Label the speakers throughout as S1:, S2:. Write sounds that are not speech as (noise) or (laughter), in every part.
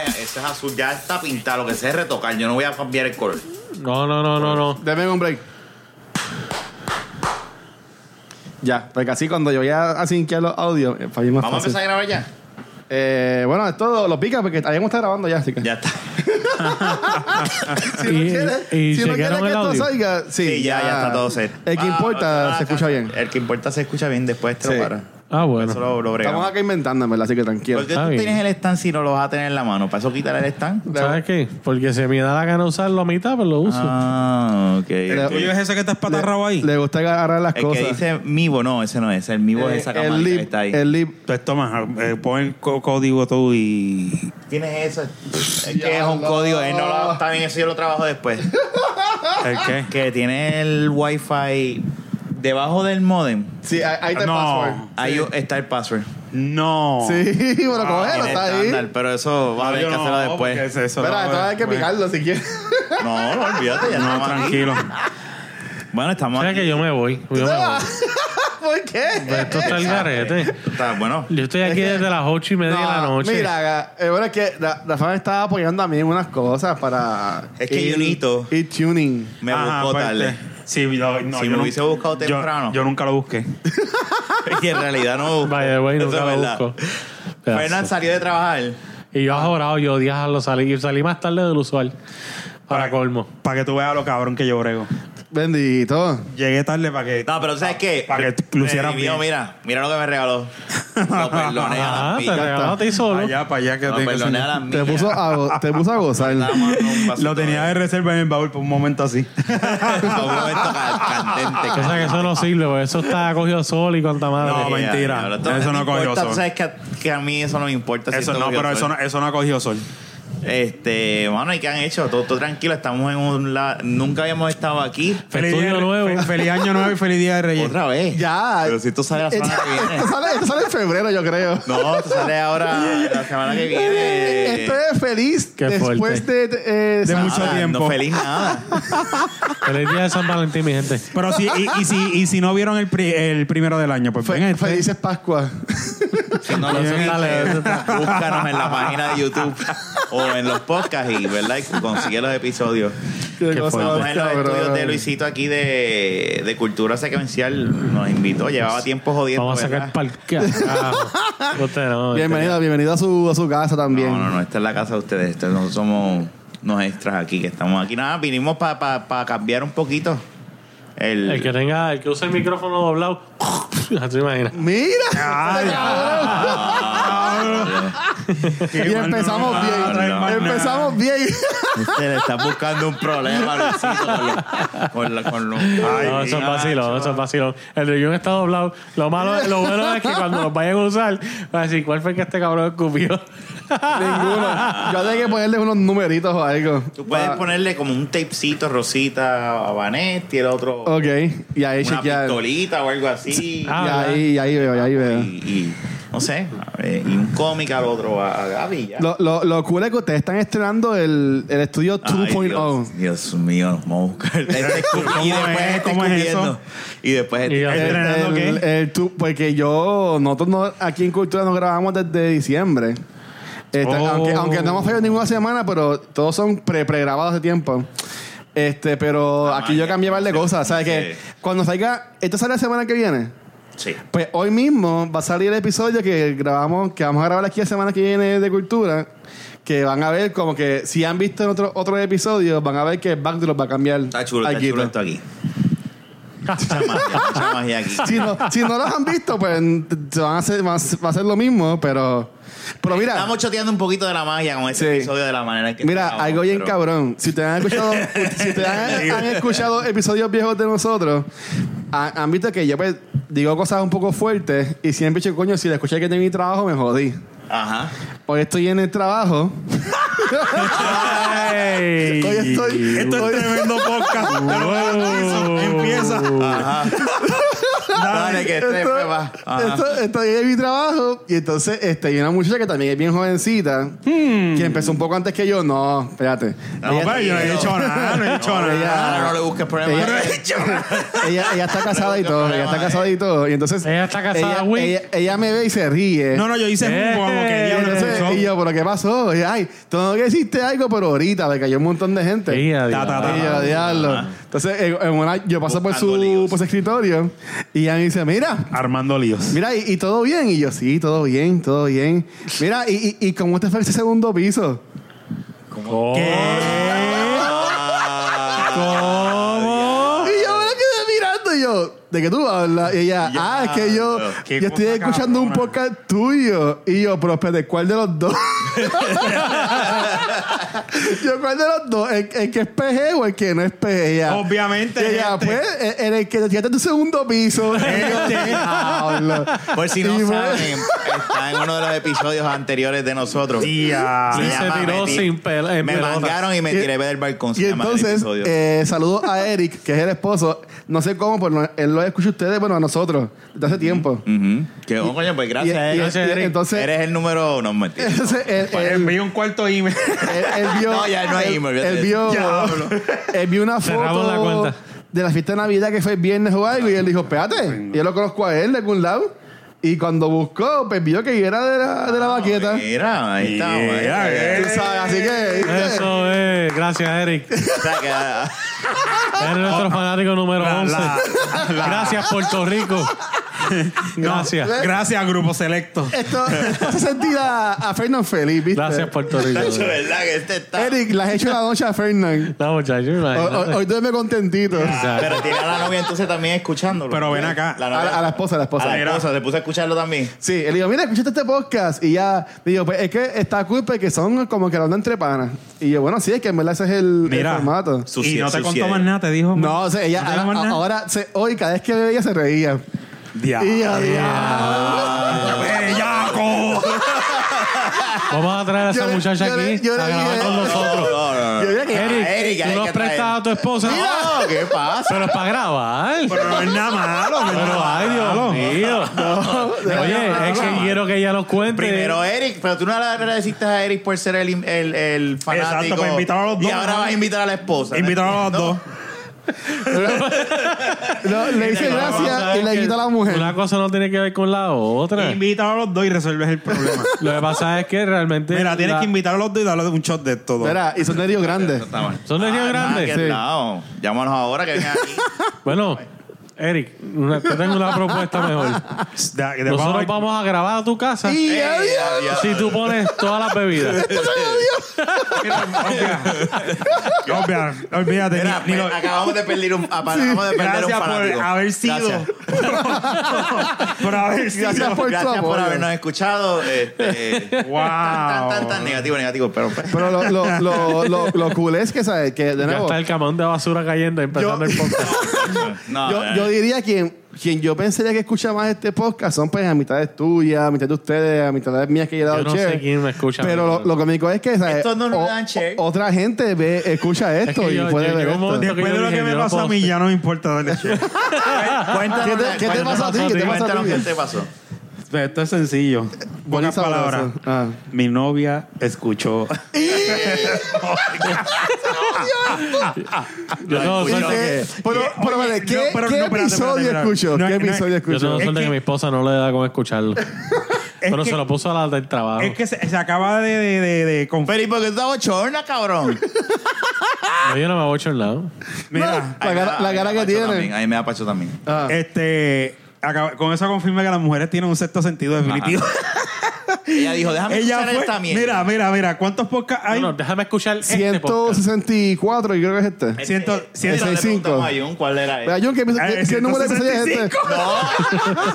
S1: eh, ese es azul, ya está pintado, lo que sé es retocar, yo no voy a cambiar el color.
S2: No, no, no, no, no.
S3: Deme un break. Ya, porque así cuando yo voy a, a sinquear los audios, eh, para mí es más
S1: Vamos a
S3: fácil.
S1: empezar a grabar ya.
S3: Eh, bueno, esto lo, lo pica porque habíamos está grabando ya, así que.
S1: Ya está.
S3: (laughs) Si no
S2: Y-
S3: quiere,
S2: y
S3: si no quiere
S2: chequearon
S3: que
S2: el
S3: esto
S2: audio.
S3: salga, sí.
S1: (laughs) Sí, ya, ya está todo set.
S3: El que
S1: Ah,
S3: importa
S1: ah,
S3: se escucha
S1: ah,
S3: bien.
S1: El que importa se escucha bien, después te
S3: Sí.
S1: lo para.
S2: Ah, bueno.
S1: Eso lo, lo
S3: Estamos
S1: bregamos.
S3: acá inventando, en ¿verdad? Así que tranquilo.
S1: ¿Por qué
S2: Está
S1: tú
S2: bien.
S1: tienes el stand si no lo vas a tener en la mano? ¿Para eso quitar el stand?
S2: ¿Sabes qué? Porque se me da la gana usarlo a mitad, pero lo uso.
S1: Ah, ok.
S3: El
S1: ok.
S3: tuyo
S4: ¿Tuyo es ese que está espatarrado ahí?
S3: Le gusta agarrar las
S1: El
S3: cosas.
S1: que dice Mivo, no, ese no es. El Mivo es esa
S3: Eh,
S1: cámara
S3: el
S1: que
S3: lip,
S1: está ahí.
S3: el lip.
S1: Pues
S4: Entonces, toma, eh, pon el co- código tú y...
S1: Tienes eso. Es que es
S3: diablo.
S1: un código. Él no lo está bien, eso yo lo trabajo
S3: (laughs)
S1: después.
S4: ¿El qué?
S1: que tiene el Wi-Fi debajo del modem.
S3: Sí, ahí ahí está el
S4: No.
S3: password.
S1: Ahí está el password.
S4: No.
S3: Sí, (laughs) pero como
S1: Ah, Tiene
S3: era, está
S1: estándar,
S3: ahí.
S1: pero eso va a haber
S4: yo
S1: que
S4: no,
S1: hacerlo
S4: porque
S1: después.
S4: es eso,
S3: Espera,
S4: no,
S3: esto hay
S4: eh,
S3: que
S4: pues.
S3: picarlo si quieres.
S1: No, no, olvídate, ya
S4: No,
S1: estamos aquí.
S4: tranquilo.
S1: Bueno, estamos
S2: ¿Sabes
S1: aquí.
S2: que yo me voy? Yo me voy.
S3: (laughs)
S2: Pues
S3: ¿Por qué?
S2: Esto está el garete.
S1: Ah, Está- bueno, (laughs)
S2: (laughs) Yo estoy aquí desde las ocho y media de la
S3: No,
S2: noche.
S3: Mira, eh, bueno, es que Ra- Rafa me estaba apoyando a mí en unas cosas para.
S1: Es que
S3: ir-
S1: Junito-
S3: ir tuning.
S1: me
S4: Ajá,
S1: buscó
S4: pues,
S1: tarde.
S4: Sí, no, no,
S1: Si
S4: yo
S1: me
S4: nu-
S1: hubiese buscado
S4: yo-
S1: temprano.
S4: Yo nunca lo busqué.
S1: Es que en realidad no busco.
S2: Vaya, güey,
S1: Eso es
S2: nunca lo
S1: verdad.
S2: busco. Pedazo.
S1: Fernan salió de trabajar.
S2: Y yo ajorado, yo odiarlo, salí, salí más tarde del usual. Para colmo.
S4: Para que tú veas lo cabrón que yo brego.
S3: Bendito.
S4: Llegué tarde para que...
S1: No, pero ¿sabes qué?
S4: Para que
S1: Me
S4: lucieran
S1: redimió,
S4: bien.
S1: Mira, mira lo que me regaló. Lo perdoné a
S2: Ah,
S1: las
S2: te
S1: millas.
S2: regalaste ahí
S4: Para
S2: solo.
S4: allá, para allá que
S1: Lo
S4: tengo que
S1: perdoné a
S4: soñar.
S1: las
S3: Te
S1: millas.
S3: puso, a, go- te puso a gozar.
S1: Nada más un vasito
S4: Lo tenía de reserva en el baúl por un momento
S1: (laughs)
S4: así.
S1: Un momento ca- candente.
S2: O sea que eso no sirve, porque eso está cogido sol y cuanta madre.
S4: No,
S1: Sí,
S4: mentira.
S1: ya, ya, ya.
S4: Eso no
S1: ¿Te
S4: cogió
S1: importa?
S4: sol.
S1: Tú sabes que a, que a mí eso no me importa. si
S4: Eso
S1: esto
S4: no,
S1: cogió
S4: pero eso
S1: sol.
S4: no, eso no ha cogido sol.
S1: Este, mano, ¿y qué han hecho? Todo, todo tranquilo, estamos en un... la- Nunca habíamos estado aquí.
S2: Estudio
S4: día-
S2: nuevo.
S4: fe- feliz año nuevo y feliz día de Reyes.
S1: Otra vez.
S3: Ya.
S1: Pero si esto sale la semana que viene.
S3: Esto sale, esto sale en febrero, yo creo.
S1: No, esto sale ahora la semana que viene.
S3: Esto es feliz
S2: Qué
S3: después
S2: fuerte.
S3: de. eh,
S4: De
S3: sa-
S4: mucho
S1: Nada,
S4: tiempo.
S1: No feliz nada.
S2: Feliz día de San Valentín, mi gente.
S4: Pero si, y, y si, y si no vieron el, pri- el primero del año, pues
S3: fe-
S4: ven este.
S3: felices Pascuas.
S1: Si no lo
S2: Bien,
S1: supiste,
S2: dale, eso está-
S1: búscanos en la página de YouTube o en los podcasts y, ¿verdad? Y consigue los episodios.
S3: Qué,
S2: Qué fuerte.
S1: Estamos
S3: más
S1: en los
S3: cabrona.
S1: estudios de Luisito aquí de, de Cultura Secuencial. Nos invitó, llevaba tiempo jodiendo.
S2: Vamos a
S1: ¿verdad?
S2: sacar pa'l carajo. Usted no.
S3: Bienvenido, bienvenido a su, a su casa también.
S1: No, no, no, esta es la casa de ustedes. Este, nosotros somos unos extras aquí, que estamos aquí. Nada, vinimos para cambiar un poquito el...
S2: El que tenga, el que use el micrófono doblado, (laughs) así imagina.
S3: Mira.
S4: Ay,
S1: Ah,
S4: qué
S3: Y
S4: mal,
S3: empezamos
S4: no, no,
S3: bien.
S4: no, no, no, no.
S3: empezamos bien.
S1: este le está buscando un problema, Luisito, con los... Con la- con los-
S2: no, eso es
S1: Ay,
S2: vacilón, eso es vacilón. El de Jun está doblado. Lo malo, lo bueno es que cuando los vayan a usar, van a decir, ¿cuál fue que este cabrón escupió?
S3: (laughs) Ninguno. Yo tengo que ponerle unos numeritos o algo. Ah,
S1: Tú puedes ponerle como un tapecito rosita a Vanetti, el otro
S3: Ok. Y ahí
S1: una
S3: chequear. Y
S1: pistolita o algo así.
S2: Ah,
S3: ahí, y ahí veo, y ahí veo.
S1: y, y, no sé, a ver, y un cómic al otro a, a Gaby. ya.
S3: Lo, lo, lo cool es que ustedes están estrenando el, el estudio oh.
S1: Ay, Dios,
S3: 2.0.
S1: Dios mío, nos vamos a buscar. Este escu-
S4: ¿Cómo
S1: y
S4: es?
S1: después este
S4: ¿Cómo es eso?
S1: escupiendo. Y después este-
S2: Y ya.
S3: El-
S4: ¿Estrenando
S3: el- el tu- porque yo, nosotros no- aquí en Cultura nos grabamos desde diciembre. Este,
S4: Oh.
S3: aunque, aunque no hemos fallado ninguna semana, pero todos son pre- pregrabados de tiempo. Este, pero
S1: Ah,
S3: aquí yo
S1: ya.
S3: cambié un par de cosas. ¿Sabes
S1: Sí.
S3: que Cuando salga, esto sale la semana que viene.
S1: Sí.
S3: Pues hoy mismo va a salir el episodio que grabamos, que vamos a grabar aquí la semana que viene de Cultura, que van a ver como que si han visto en otro, otros episodios, van a ver que el backdrop va a cambiar. pues.
S1: Está chulo, está
S3: alguito.
S1: chulo esto aquí. Mucha magia, mucha magia aquí.
S3: Si no, si no los han visto, pues se van a hacer, van a hacer- va a ser lo mismo, pero... Pero mira,
S1: Estamos choteando un poquito de la magia con este
S3: Sí.
S1: episodio de la manera en que
S3: mira,
S1: estábamos,
S3: algo bien
S1: pero-
S3: cabrón. Si te han escuchado, si
S1: (laughs)
S3: te han, han escuchado episodios viejos de nosotros, han, han visto que yo pues digo cosas un poco fuertes y siempre he dicho, coño, si la escuché que tengo mi trabajo, me jodí.
S1: Ajá.
S3: Hoy estoy en el trabajo.
S2: Ey.
S3: Hoy estoy.
S4: Esto
S3: hoy-
S4: es tremendo podcast.
S2: Wow.
S4: Empieza.
S1: Ajá. Dale, que este
S3: esto,
S1: fue más. Ajá.
S3: (laughs) esto, esto es mi trabajo. Y entonces este, hay una muchacha que también es bien jovencita,
S1: Hmm.
S3: que empezó un poco antes que yo. No, espérate.
S1: No,
S3: Ella-
S1: pero yo no he hecho
S4: nada, pues, no he hecho
S1: No,
S4: nada.
S1: ya, no le busques problemas.
S3: Ella-
S1: (laughs) No he hecho nada.
S3: ella, ella está casada y
S1: No,
S3: todo.
S1: no,
S3: Ella está
S1: no,
S3: casada y todo. Y entonces.
S2: Ella está casada,
S3: ella-
S2: güey.
S3: Ella, ella me ve y se ríe.
S4: No, no, yo hice
S2: Eh,
S4: un como que
S3: Y,
S4: yo no
S3: entonces,
S4: escuchó.
S3: y yo, ¿pero qué pasó? Y, ay, tú no que hiciste algo, pero ahorita me cayó un montón de gente.
S2: Sí, adiós.
S4: Ta, ta, ta.
S3: Y yo, diablo.
S1: Ajá.
S3: Entonces, en- en una- yo paso por
S1: Buscando
S3: su,
S1: líos.
S3: por su escritorio y ella me dice, mira,
S4: Armando líos.
S3: Mira, ¿y, y todo bien? Y yo, sí, todo bien, todo bien. Mira, ¿y, y, y cómo te fue ese segundo piso?
S2: ¿Cómo?
S3: Y yo me la quedé mirando y yo, ¿de qué tú hablas? Y ella,
S1: Ya,
S3: ah, es que yo,
S4: qué
S3: yo estoy
S4: cosa
S3: escuchando un
S4: cabrona.
S3: podcast tuyo. Y yo, pero espérate, ¿cuál de los dos? yo, ¿cuál de los dos? ¿El, el que es PG o el que no es PG? Ella,
S4: Obviamente,
S3: Y ella,
S4: este.
S3: pues, en el que te tiraste en tu segundo piso. (laughs) Y yo, "Diablo".
S1: Por si no
S3: Y me-
S1: saben, está en uno de los episodios anteriores de nosotros.
S4: Tía.
S1: Se
S2: Sí,
S1: llama
S2: se tiró
S1: Meti.
S2: sin pel- en
S1: Me
S2: pelota.
S1: mangaron y me
S3: Y-
S1: tiré del balcón. se
S3: Y
S1: llama el
S3: entonces,
S1: episodio.
S3: eh, saludos a Eric, que es el esposo. No sé cómo, pero no- él lo escucha a ustedes, bueno, a nosotros, desde hace tiempo.
S1: Ujú. Que, oh, coño, pues gracias.
S3: Y-
S1: eh.
S3: y-
S2: Gracias,
S3: y-
S2: Eric.
S3: Entonces,
S1: Eres el número. No, mentira.
S3: (laughs) entonces él,
S4: Pues
S3: él-
S4: envié un cuarto email.
S3: él- él vio.
S1: No, ya no hay
S3: él-
S1: email,
S3: él,
S1: olvídate.
S3: vio.
S4: Ya
S3: (laughs) él vio una
S2: Cerramos la
S3: foto
S2: cuenta.
S3: de la fiesta de Navidad que fue el viernes o algo, y él dijo: Espérate, yo lo conozco a él de algún lado. Y cuando buscó, pues vio que era de la, de la
S1: Ah,
S3: vaqueta.
S1: Mira, ahí está.
S4: Mira,
S1: ahí
S4: eh.
S3: Tú sabes, así que. ¿viste?
S2: Eso es. Gracias, Eric.
S1: está. O sea,
S3: (laughs)
S1: que- ah,
S2: Eres nuestro fanático número
S4: La-
S2: 11.
S4: la- la-
S2: Gracias, Puerto Rico. Gracias.
S4: Gracias, Grupo Selecto.
S3: Esto hace sentir a, a Fernan feliz, ¿viste?
S2: Gracias, Puerto Rico.
S1: Tacho, verdad que este está.
S3: Eric, las has hecho la noche a Fernan.
S2: No, muchachos,
S3: Hoy- Hoy
S2: imagínate.
S3: hoy duerme contentito. A,
S2: Exacto.
S1: Pero tiene a la novia entonces también escuchándolo.
S4: Pero ven acá.
S1: novia-
S3: la- a la esposa, a la
S1: A
S3: esposa.
S1: la esposa, se puso a escucharlo también.
S3: Sí, él dijo, mira, escuchaste este podcast. Y ya, digo, pues es que está culpa que son como que la onda entre panas. Y yo, bueno, sí, es que en verdad ese es el, el
S4: Mira.
S3: formato.
S1: Sucia-
S4: y no te
S1: sucia
S4: contó
S1: ella.
S4: más nada, te dijo.
S3: No, o sea, ella
S4: te dijo más
S3: ahora,
S4: nada?
S3: ahora se- hoy cada vez que me veía se reía.
S4: Dia-
S3: Y yo, diablo.
S4: ¡Bellaco!
S2: Vamos a traer a
S3: Yo
S2: esa
S3: le-
S2: muchacha
S3: yo le-
S2: aquí
S3: yo le
S2: a grabar
S3: dije-
S2: con nosotros.
S1: No, no, no, no.
S3: Yo diría que-
S2: Eric,
S1: Erika, hay
S2: tú
S1: que
S2: nos
S1: traer.
S2: prestas a tu esposa.
S1: No, ¿qué
S4: (laughs)
S1: pasa?
S2: Pero es para grabar.
S4: Pero no es nada malo, no es
S2: Pero
S4: nada
S2: ay, Dios
S4: malo.
S2: mío. Oye, es que quiero que ella nos cuente.
S1: Primero Eric, pero tú no le agradeciste a Eric por ser el, el, el fanático.
S4: Exacto, pues invitar a los
S1: Y
S4: dos,
S1: ahora
S4: ¿no?
S1: vas a invitar a la esposa.
S4: Invitaron a los
S1: No,
S4: dos.
S3: No, le hice
S2: Pero vamos a
S3: gracias
S2: ver
S3: y le
S2: que
S3: quita a la mujer.
S2: Una cosa no tiene que ver con la otra.
S4: Invitaron a los dos y resuelves el problema.
S2: Lo que pasa es que realmente.
S4: Mira, tienes
S2: Este, la-
S4: que invitar a los dos y darle un shot de todo.
S3: Espera, y son nervios grandes.
S1: no está mal.
S2: Son de Río
S1: Ah,
S2: Grande,
S1: nada,
S2: sí.
S1: que lado. Llámanos ahora que vengan aquí.
S2: Bueno, Eric, una- te tengo una propuesta mejor.
S4: Da- que te
S2: Nosotros
S4: vamos
S2: vamos a grabar a tu casa
S3: Y
S1: Eh,
S3: adiós.
S1: adiós.
S2: si tú pones todas las bebidas.
S4: a- Mira, obvia- obvia- Olvídate. ni-
S1: Mira,
S4: ni
S1: pe-
S4: lo-
S1: acabamos de perder un, acabamos de perder un
S4: Gracias
S1: fanático.
S4: por haber sido.
S3: (laughs)
S1: Gracias.
S4: Por haber sido.
S3: Gracias por tu
S1: Gracias por
S3: apoyo.
S1: habernos escuchado.
S3: (laughs)
S1: Este,
S4: Wow.
S1: tan, tan, tan, negativo, negativo. Pero pues,
S3: Pero lo, lo, lo, lo, lo cool es que, ¿sabes? Que de
S2: Ya
S3: nuevo.
S2: está el camón de basura cayendo empezando
S3: Yo-
S2: el podcast.
S1: no,
S3: yo,
S1: eh,
S3: yo diría quien, quien yo pensaría que escucha más este podcast son pues a mitades tuyas, a mitad de ustedes, a mitad de mías que he dado
S2: Yo no
S3: share.
S2: sé quién me escucha.
S3: Pero lo, lo cómico es que ¿sabes?
S1: Estos no nos
S3: O-
S1: dan share.
S3: o- otra gente ve, escucha esto
S2: que
S3: y
S2: yo-
S3: puede
S2: yo-
S3: ver
S2: yo
S3: esto.
S2: como-
S3: ¿Qué,
S4: Después de lo que
S2: Yo dije,
S4: me
S2: yo no
S4: pasó a
S2: puedo
S4: mí, ya no me importa darle share.
S1: cuéntanos,
S3: te, qué te pasó a ti? ¿Qué te pasó a
S1: Cuéntanos
S3: ti?
S1: qué te pasó.
S4: Pero Esto es sencillo.
S3: Buen
S4: Pocas
S3: sabroso.
S4: palabras.
S3: Ah.
S4: Mi novia escuchó.
S2: Yo no
S1: (laughs) Yo
S2: soy-
S1: no-
S3: ¿Qué? Pero,
S4: Oye,
S3: pero, vale, ¿qué,
S4: no, pero
S3: qué
S4: no, espérate,
S3: episodio
S4: espérate,
S3: escucho?
S4: espérate.
S3: ¿Qué
S4: No, no,
S3: episodio
S2: yo
S3: escucho?
S2: tengo suerte
S4: Es
S2: que
S4: que-
S2: mi esposa no le da con
S4: (laughs)
S2: escucharlo. Pero
S4: que-
S2: se lo puso a la del trabajo.
S4: Es que se, se acaba de, de, de, de conf-
S1: Pero ¿y por qué tú estás bochorna, cabrón?
S2: No, yo no me voy a echar lado.
S4: Mira,
S3: La cara- la cara que tiene.
S1: Ahí me da pacho también.
S3: Ah.
S4: este. acaba- con eso confirma que las mujeres tienen un sexto sentido definitivo.
S1: Ella dijo, déjame
S4: Ella
S1: escuchar
S4: fue.
S1: esta mierda.
S4: Mira, mira, mira. ¿Cuántos podcasts hay?
S2: Bueno, déjame escuchar este podcast.
S3: 164, yo creo que es este.
S1: Este,
S4: ciento-
S1: eh,
S4: ciento-
S1: le
S3: cinco.
S1: preguntamos a Jun ¿Cuál era
S3: Vea,
S1: él?
S3: John, ¿qué, episodio-
S4: Ah,
S3: qué- qué número de episodio es este?
S4: 165.
S3: (laughs)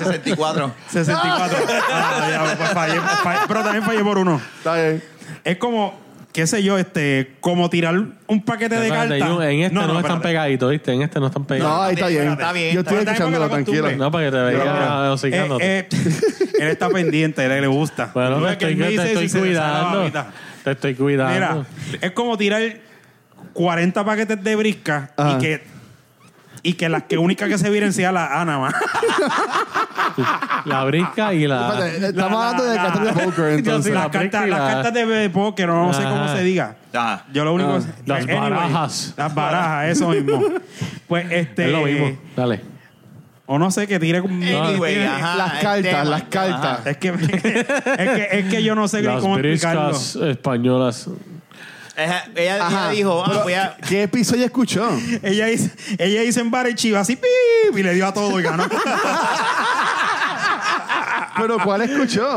S1: No, 64.
S4: 64. Ah, ya, pues, fallé, fallé, pero también fallé por uno.
S3: Está bien.
S4: Es como, qué sé yo, este, como tirar un paquete de
S2: Espérate,
S4: cartas.
S2: yo- en este no, están
S4: espérate.
S2: pegaditos, ¿viste? En este no están
S3: No,
S2: pegaditos.
S3: ahí está bien.
S1: Está bien,
S3: Yo
S1: está
S3: estoy
S4: bien, porque
S3: escuchándolo,
S4: la costumbre.
S3: tranquilo.
S2: No, para que te (laughs) vea hocicándote.
S4: Eh, eh, él está pendiente, le, le gusta.
S2: Bueno,
S4: Tú
S2: te
S4: ves que
S2: estoy,
S4: él me
S2: te
S4: dice
S2: estoy
S4: eso y se le sale la
S2: cuidando.
S4: babita.
S2: Te estoy cuidando.
S4: Mira, es como tirar 40 paquetes de brisca
S3: Ajá.
S4: y que y que las que únicas que se viren sea la
S2: (laughs)
S4: Ana más.
S2: La brinca y la.
S3: Espérate, Estamos
S4: la-
S3: hablando de
S4: la-
S3: cartas de poker,
S2: Yo
S3: entonces.
S2: sí
S4: las,
S2: la
S4: cartas,
S2: y
S4: las
S2: la-
S4: cartas de póker, no sé cómo
S2: Ajá.
S4: se diga.
S1: Ajá.
S4: Yo lo único
S3: Ah,
S4: es-
S2: las barajas.
S4: Las barajas, eso mismo. Pues este.
S2: (laughs) Es lo mismo. Dale.
S4: O no sé, que tire con.
S1: Anyway,
S4: tire-
S1: ajá,
S3: las
S1: el
S3: cartas,
S1: tema.
S3: las cartas.
S4: Es que, (laughs) es que es que yo no sé
S2: Las
S4: cómo explicarlo.
S2: briscas españolas.
S1: Ajá. Ella, ella
S3: Ajá.
S1: dijo, ah,
S3: Pero,
S1: voy a...
S3: ¿Qué episodio escuchó?
S4: Ella dice, ella dice en bar y chiva así "Pip", y le dio a todo y ganó.
S3: ¿Pero cuál escuchó?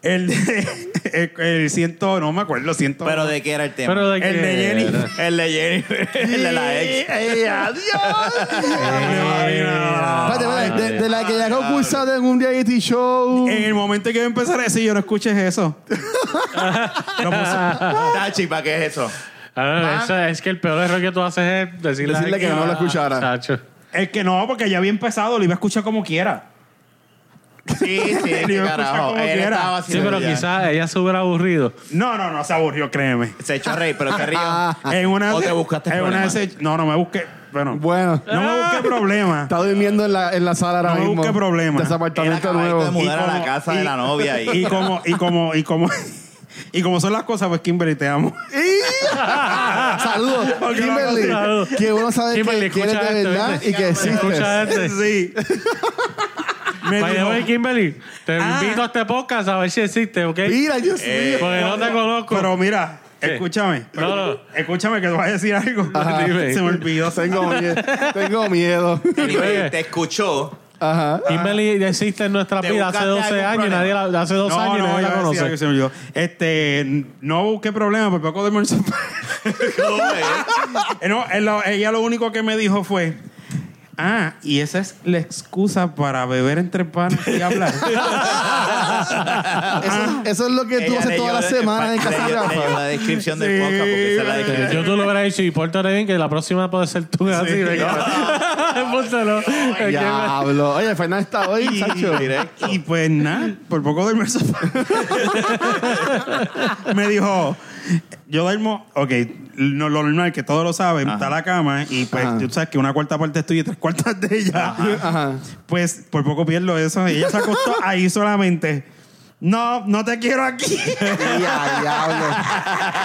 S4: El, (laughs) de- el, el ciento, no me acuerdo, ciento.
S1: Pero de qué era el tema.
S2: Pero de
S4: El de Jenny.
S1: El de Jennifer, el de la ex.
S3: Espérate, espérate, de, de la que ya concursado en un reality show.
S4: En el momento que yo empezar a decir, yo no
S2: (laughs)
S4: escuches eso. No pues, puse-
S1: Tachi, ¿para qué es eso?
S2: Ah, no, eso es que el peor error que tú haces es decirle,
S3: Decirle
S2: a-
S3: que no lo escuchara.
S2: Chacho.
S4: es que no, porque ya había empezado, lo iba a escuchar como quiera.
S1: Sí,
S4: (laughs)
S1: sí,
S4: Él
S1: qué
S4: iba a escuchar
S1: carajo.
S4: como
S1: Él
S4: quiera.
S1: estaba
S2: Sí,
S1: haciendo
S2: pero
S1: ya.
S2: quizás ella se hubiera aburrido.
S4: No, no, no, se aburrió, créeme.
S1: Se echó a reír, pero
S4: (laughs)
S1: se rió.
S4: En una
S1: Ah, O
S4: de-
S1: te buscaste
S4: en una de
S1: problemas.
S4: esas- No, no me busqué. Bueno,
S3: Bueno,
S4: no me busqué problema.
S1: Ah.
S3: está durmiendo en la, en la sala ahora
S4: No
S3: mismo.
S4: busque problema.
S3: De ese
S1: Era
S3: apartamento
S1: acabadito de
S3: nuevo.
S1: mudar
S4: Y
S1: a la
S4: como-
S1: casa de
S4: y-
S1: la novia.
S4: Y
S1: Y, (laughs)
S4: como, y como, y como, y como son las cosas, pues Kimberly, te amo.
S3: (laughs) Saludos,
S4: Porque lo
S2: hago
S3: Kimberly.
S2: así.
S3: Que uno sabe
S2: Kimberly,
S3: que quieres
S2: escucha
S3: de
S2: esto,
S3: verdad
S2: ¿viste?
S3: y que
S2: Escucha
S3: existes. (laughs)
S2: este.
S4: Sí. Me
S2: By the
S4: dijo,
S2: way, Kimberly, te
S4: Ah.
S2: invito a este podcast a ver si existe, ¿ok?
S3: Mira, Dios
S2: (laughs)
S1: Eh,
S3: mío.
S2: Porque no te conozco.
S4: Pero mira, escúchame.
S2: No, no.
S4: Escúchame que te voy a decir algo.
S2: Ajá. Dime.
S4: Se me olvidó.
S3: Tengo miedo. Tengo miedo.
S1: Anyway, te escuchó.
S3: Ajá.
S2: Kimberly ya existe en nuestra
S1: Te
S2: vida hace
S1: buscaste
S2: 12
S1: algún
S2: años y nadie la, hace dos años y nadie la
S4: yo iba a decir algo
S2: conoce.
S4: que se me olvidó. Este, n- no busqué problema, pero poco de almorzar. (laughs) Eh, (laughs) no, él lo- ella lo único que me dijo fue. Ah, y esa es la excusa para beber entre panas y
S2: (laughs)
S4: hablar.
S3: Eso, eso es lo que tú haces todas las semanas en casa de
S1: la
S3: Rafa.
S1: descripción del
S4: Sí,
S1: podcast porque esa es la
S4: ¿verdad?
S1: descripción.
S2: Eh, Yo tú lo hubieras dicho y pórtate bien que la próxima puede ser tú así.
S4: (laughs)
S2: venga. (laughs) Póntalo.
S3: Diablo. Oye, Fernández está hoy, Sancho.
S4: Y pues nada, por poco duermo el sofá. (laughs) me dijo, yo duermo, ok, no, lo normal que todos lo saben, está la cama y pues
S3: Ajá.
S4: tú sabes que una cuarta parte es tuya y tres cuartas de ella.
S3: Ajá.
S4: Pues por poco pierdo eso. Y ella se acostó ahí solamente. No, no te quiero aquí.
S3: (laughs) Ya, diablo.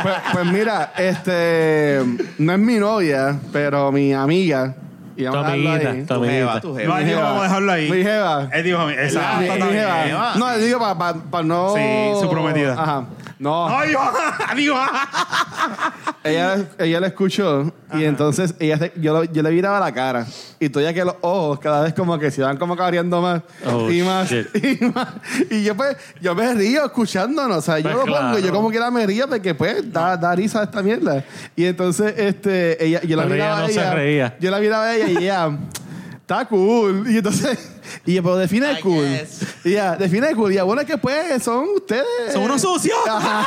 S3: Pues, pues mira, este. No es mi novia, pero mi amiga. Y
S2: Tu
S3: vamos a dejarlo
S2: amiguita,
S3: ahí.
S2: tu
S1: Tu
S2: amiguita.
S1: jeva, tu
S4: No,
S1: jeva.
S4: él dijo,
S3: jeva.
S4: vamos a dejarlo ahí.
S3: Mi jeva.
S4: Él dijo,
S1: Ah,
S3: Mi-
S4: exacto.
S1: jeva.
S3: mi
S4: también.
S3: jeva.
S1: jeva.
S3: No, digo para no.
S4: Sí, su prometido.
S3: Ajá. No.
S4: Ay, Dios, Dios.
S3: Ella, ella lo escuchó y entonces ella se- yo, lo- yo le viraba la cara. Y tú ya que los ojos cada vez como que se van como cabreando más
S2: Oh,
S3: y más
S2: shit.
S3: (laughs) y más. Y yo pues, yo me río escuchándonos. O sea, yo
S2: Pues
S3: lo pongo y yo
S2: claro.
S3: como que la me río porque pues da, da risa esta mierda. Y entonces este ella, yo la
S2: Pero ella
S3: miraba
S2: no
S3: a
S2: se
S3: ella.
S2: reía.
S3: Yo la miraba a ella y ella está cool. Y entonces, y yo, pero define el
S1: I
S3: cool.
S1: guess.
S3: Y ya, define el cool. Y ya, bueno, es que pues son ustedes.
S4: Son unos sucios.
S3: Ajá.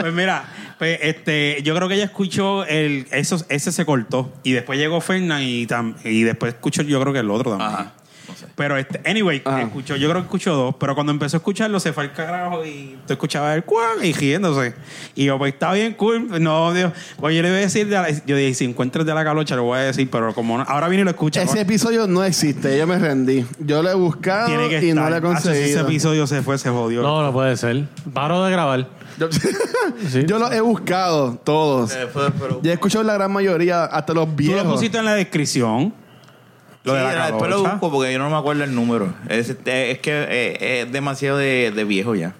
S4: Pues mira, pues, este, yo creo que ella escuchó el, eso, ese se cortó. Y después llegó Fernan y, tam- y después escuchó yo creo que el otro también.
S1: Ajá.
S4: Pero este, anyway,
S3: Ajá.
S4: escuchó, yo creo que escuchó dos, pero cuando empezó a escucharlo se fue al carajo y tú escuchabas el cuán y riéndose. Y yo, pues está bien, cool. No, Dios. Pues yo le voy a decir, de la- yo dije, si encuentras de la calocha, lo voy a decir, pero como no- ahora viene y lo escucha. pues,
S3: Ese episodio no existe, yo me rendí. Yo lo he buscado
S4: tiene que
S3: y
S4: estar.
S3: no lo he
S4: Hacho, si ese
S3: conseguido.
S4: episodio se fue, se jodió.
S2: No, no puede ser. Paro de grabar.
S3: Yo,
S2: Sí.
S3: yo (laughs) los he buscado todos.
S1: Eh, fue- pero-
S3: Ya he escuchado la gran mayoría, hasta los
S4: Tú lo
S3: viejos.
S4: pusiste en la descripción. Lo
S1: Sí,
S4: de la
S1: era- después lo
S4: calocha.
S1: busco porque yo no me acuerdo el número. Es, este, es que eh, es demasiado de, de viejo ya.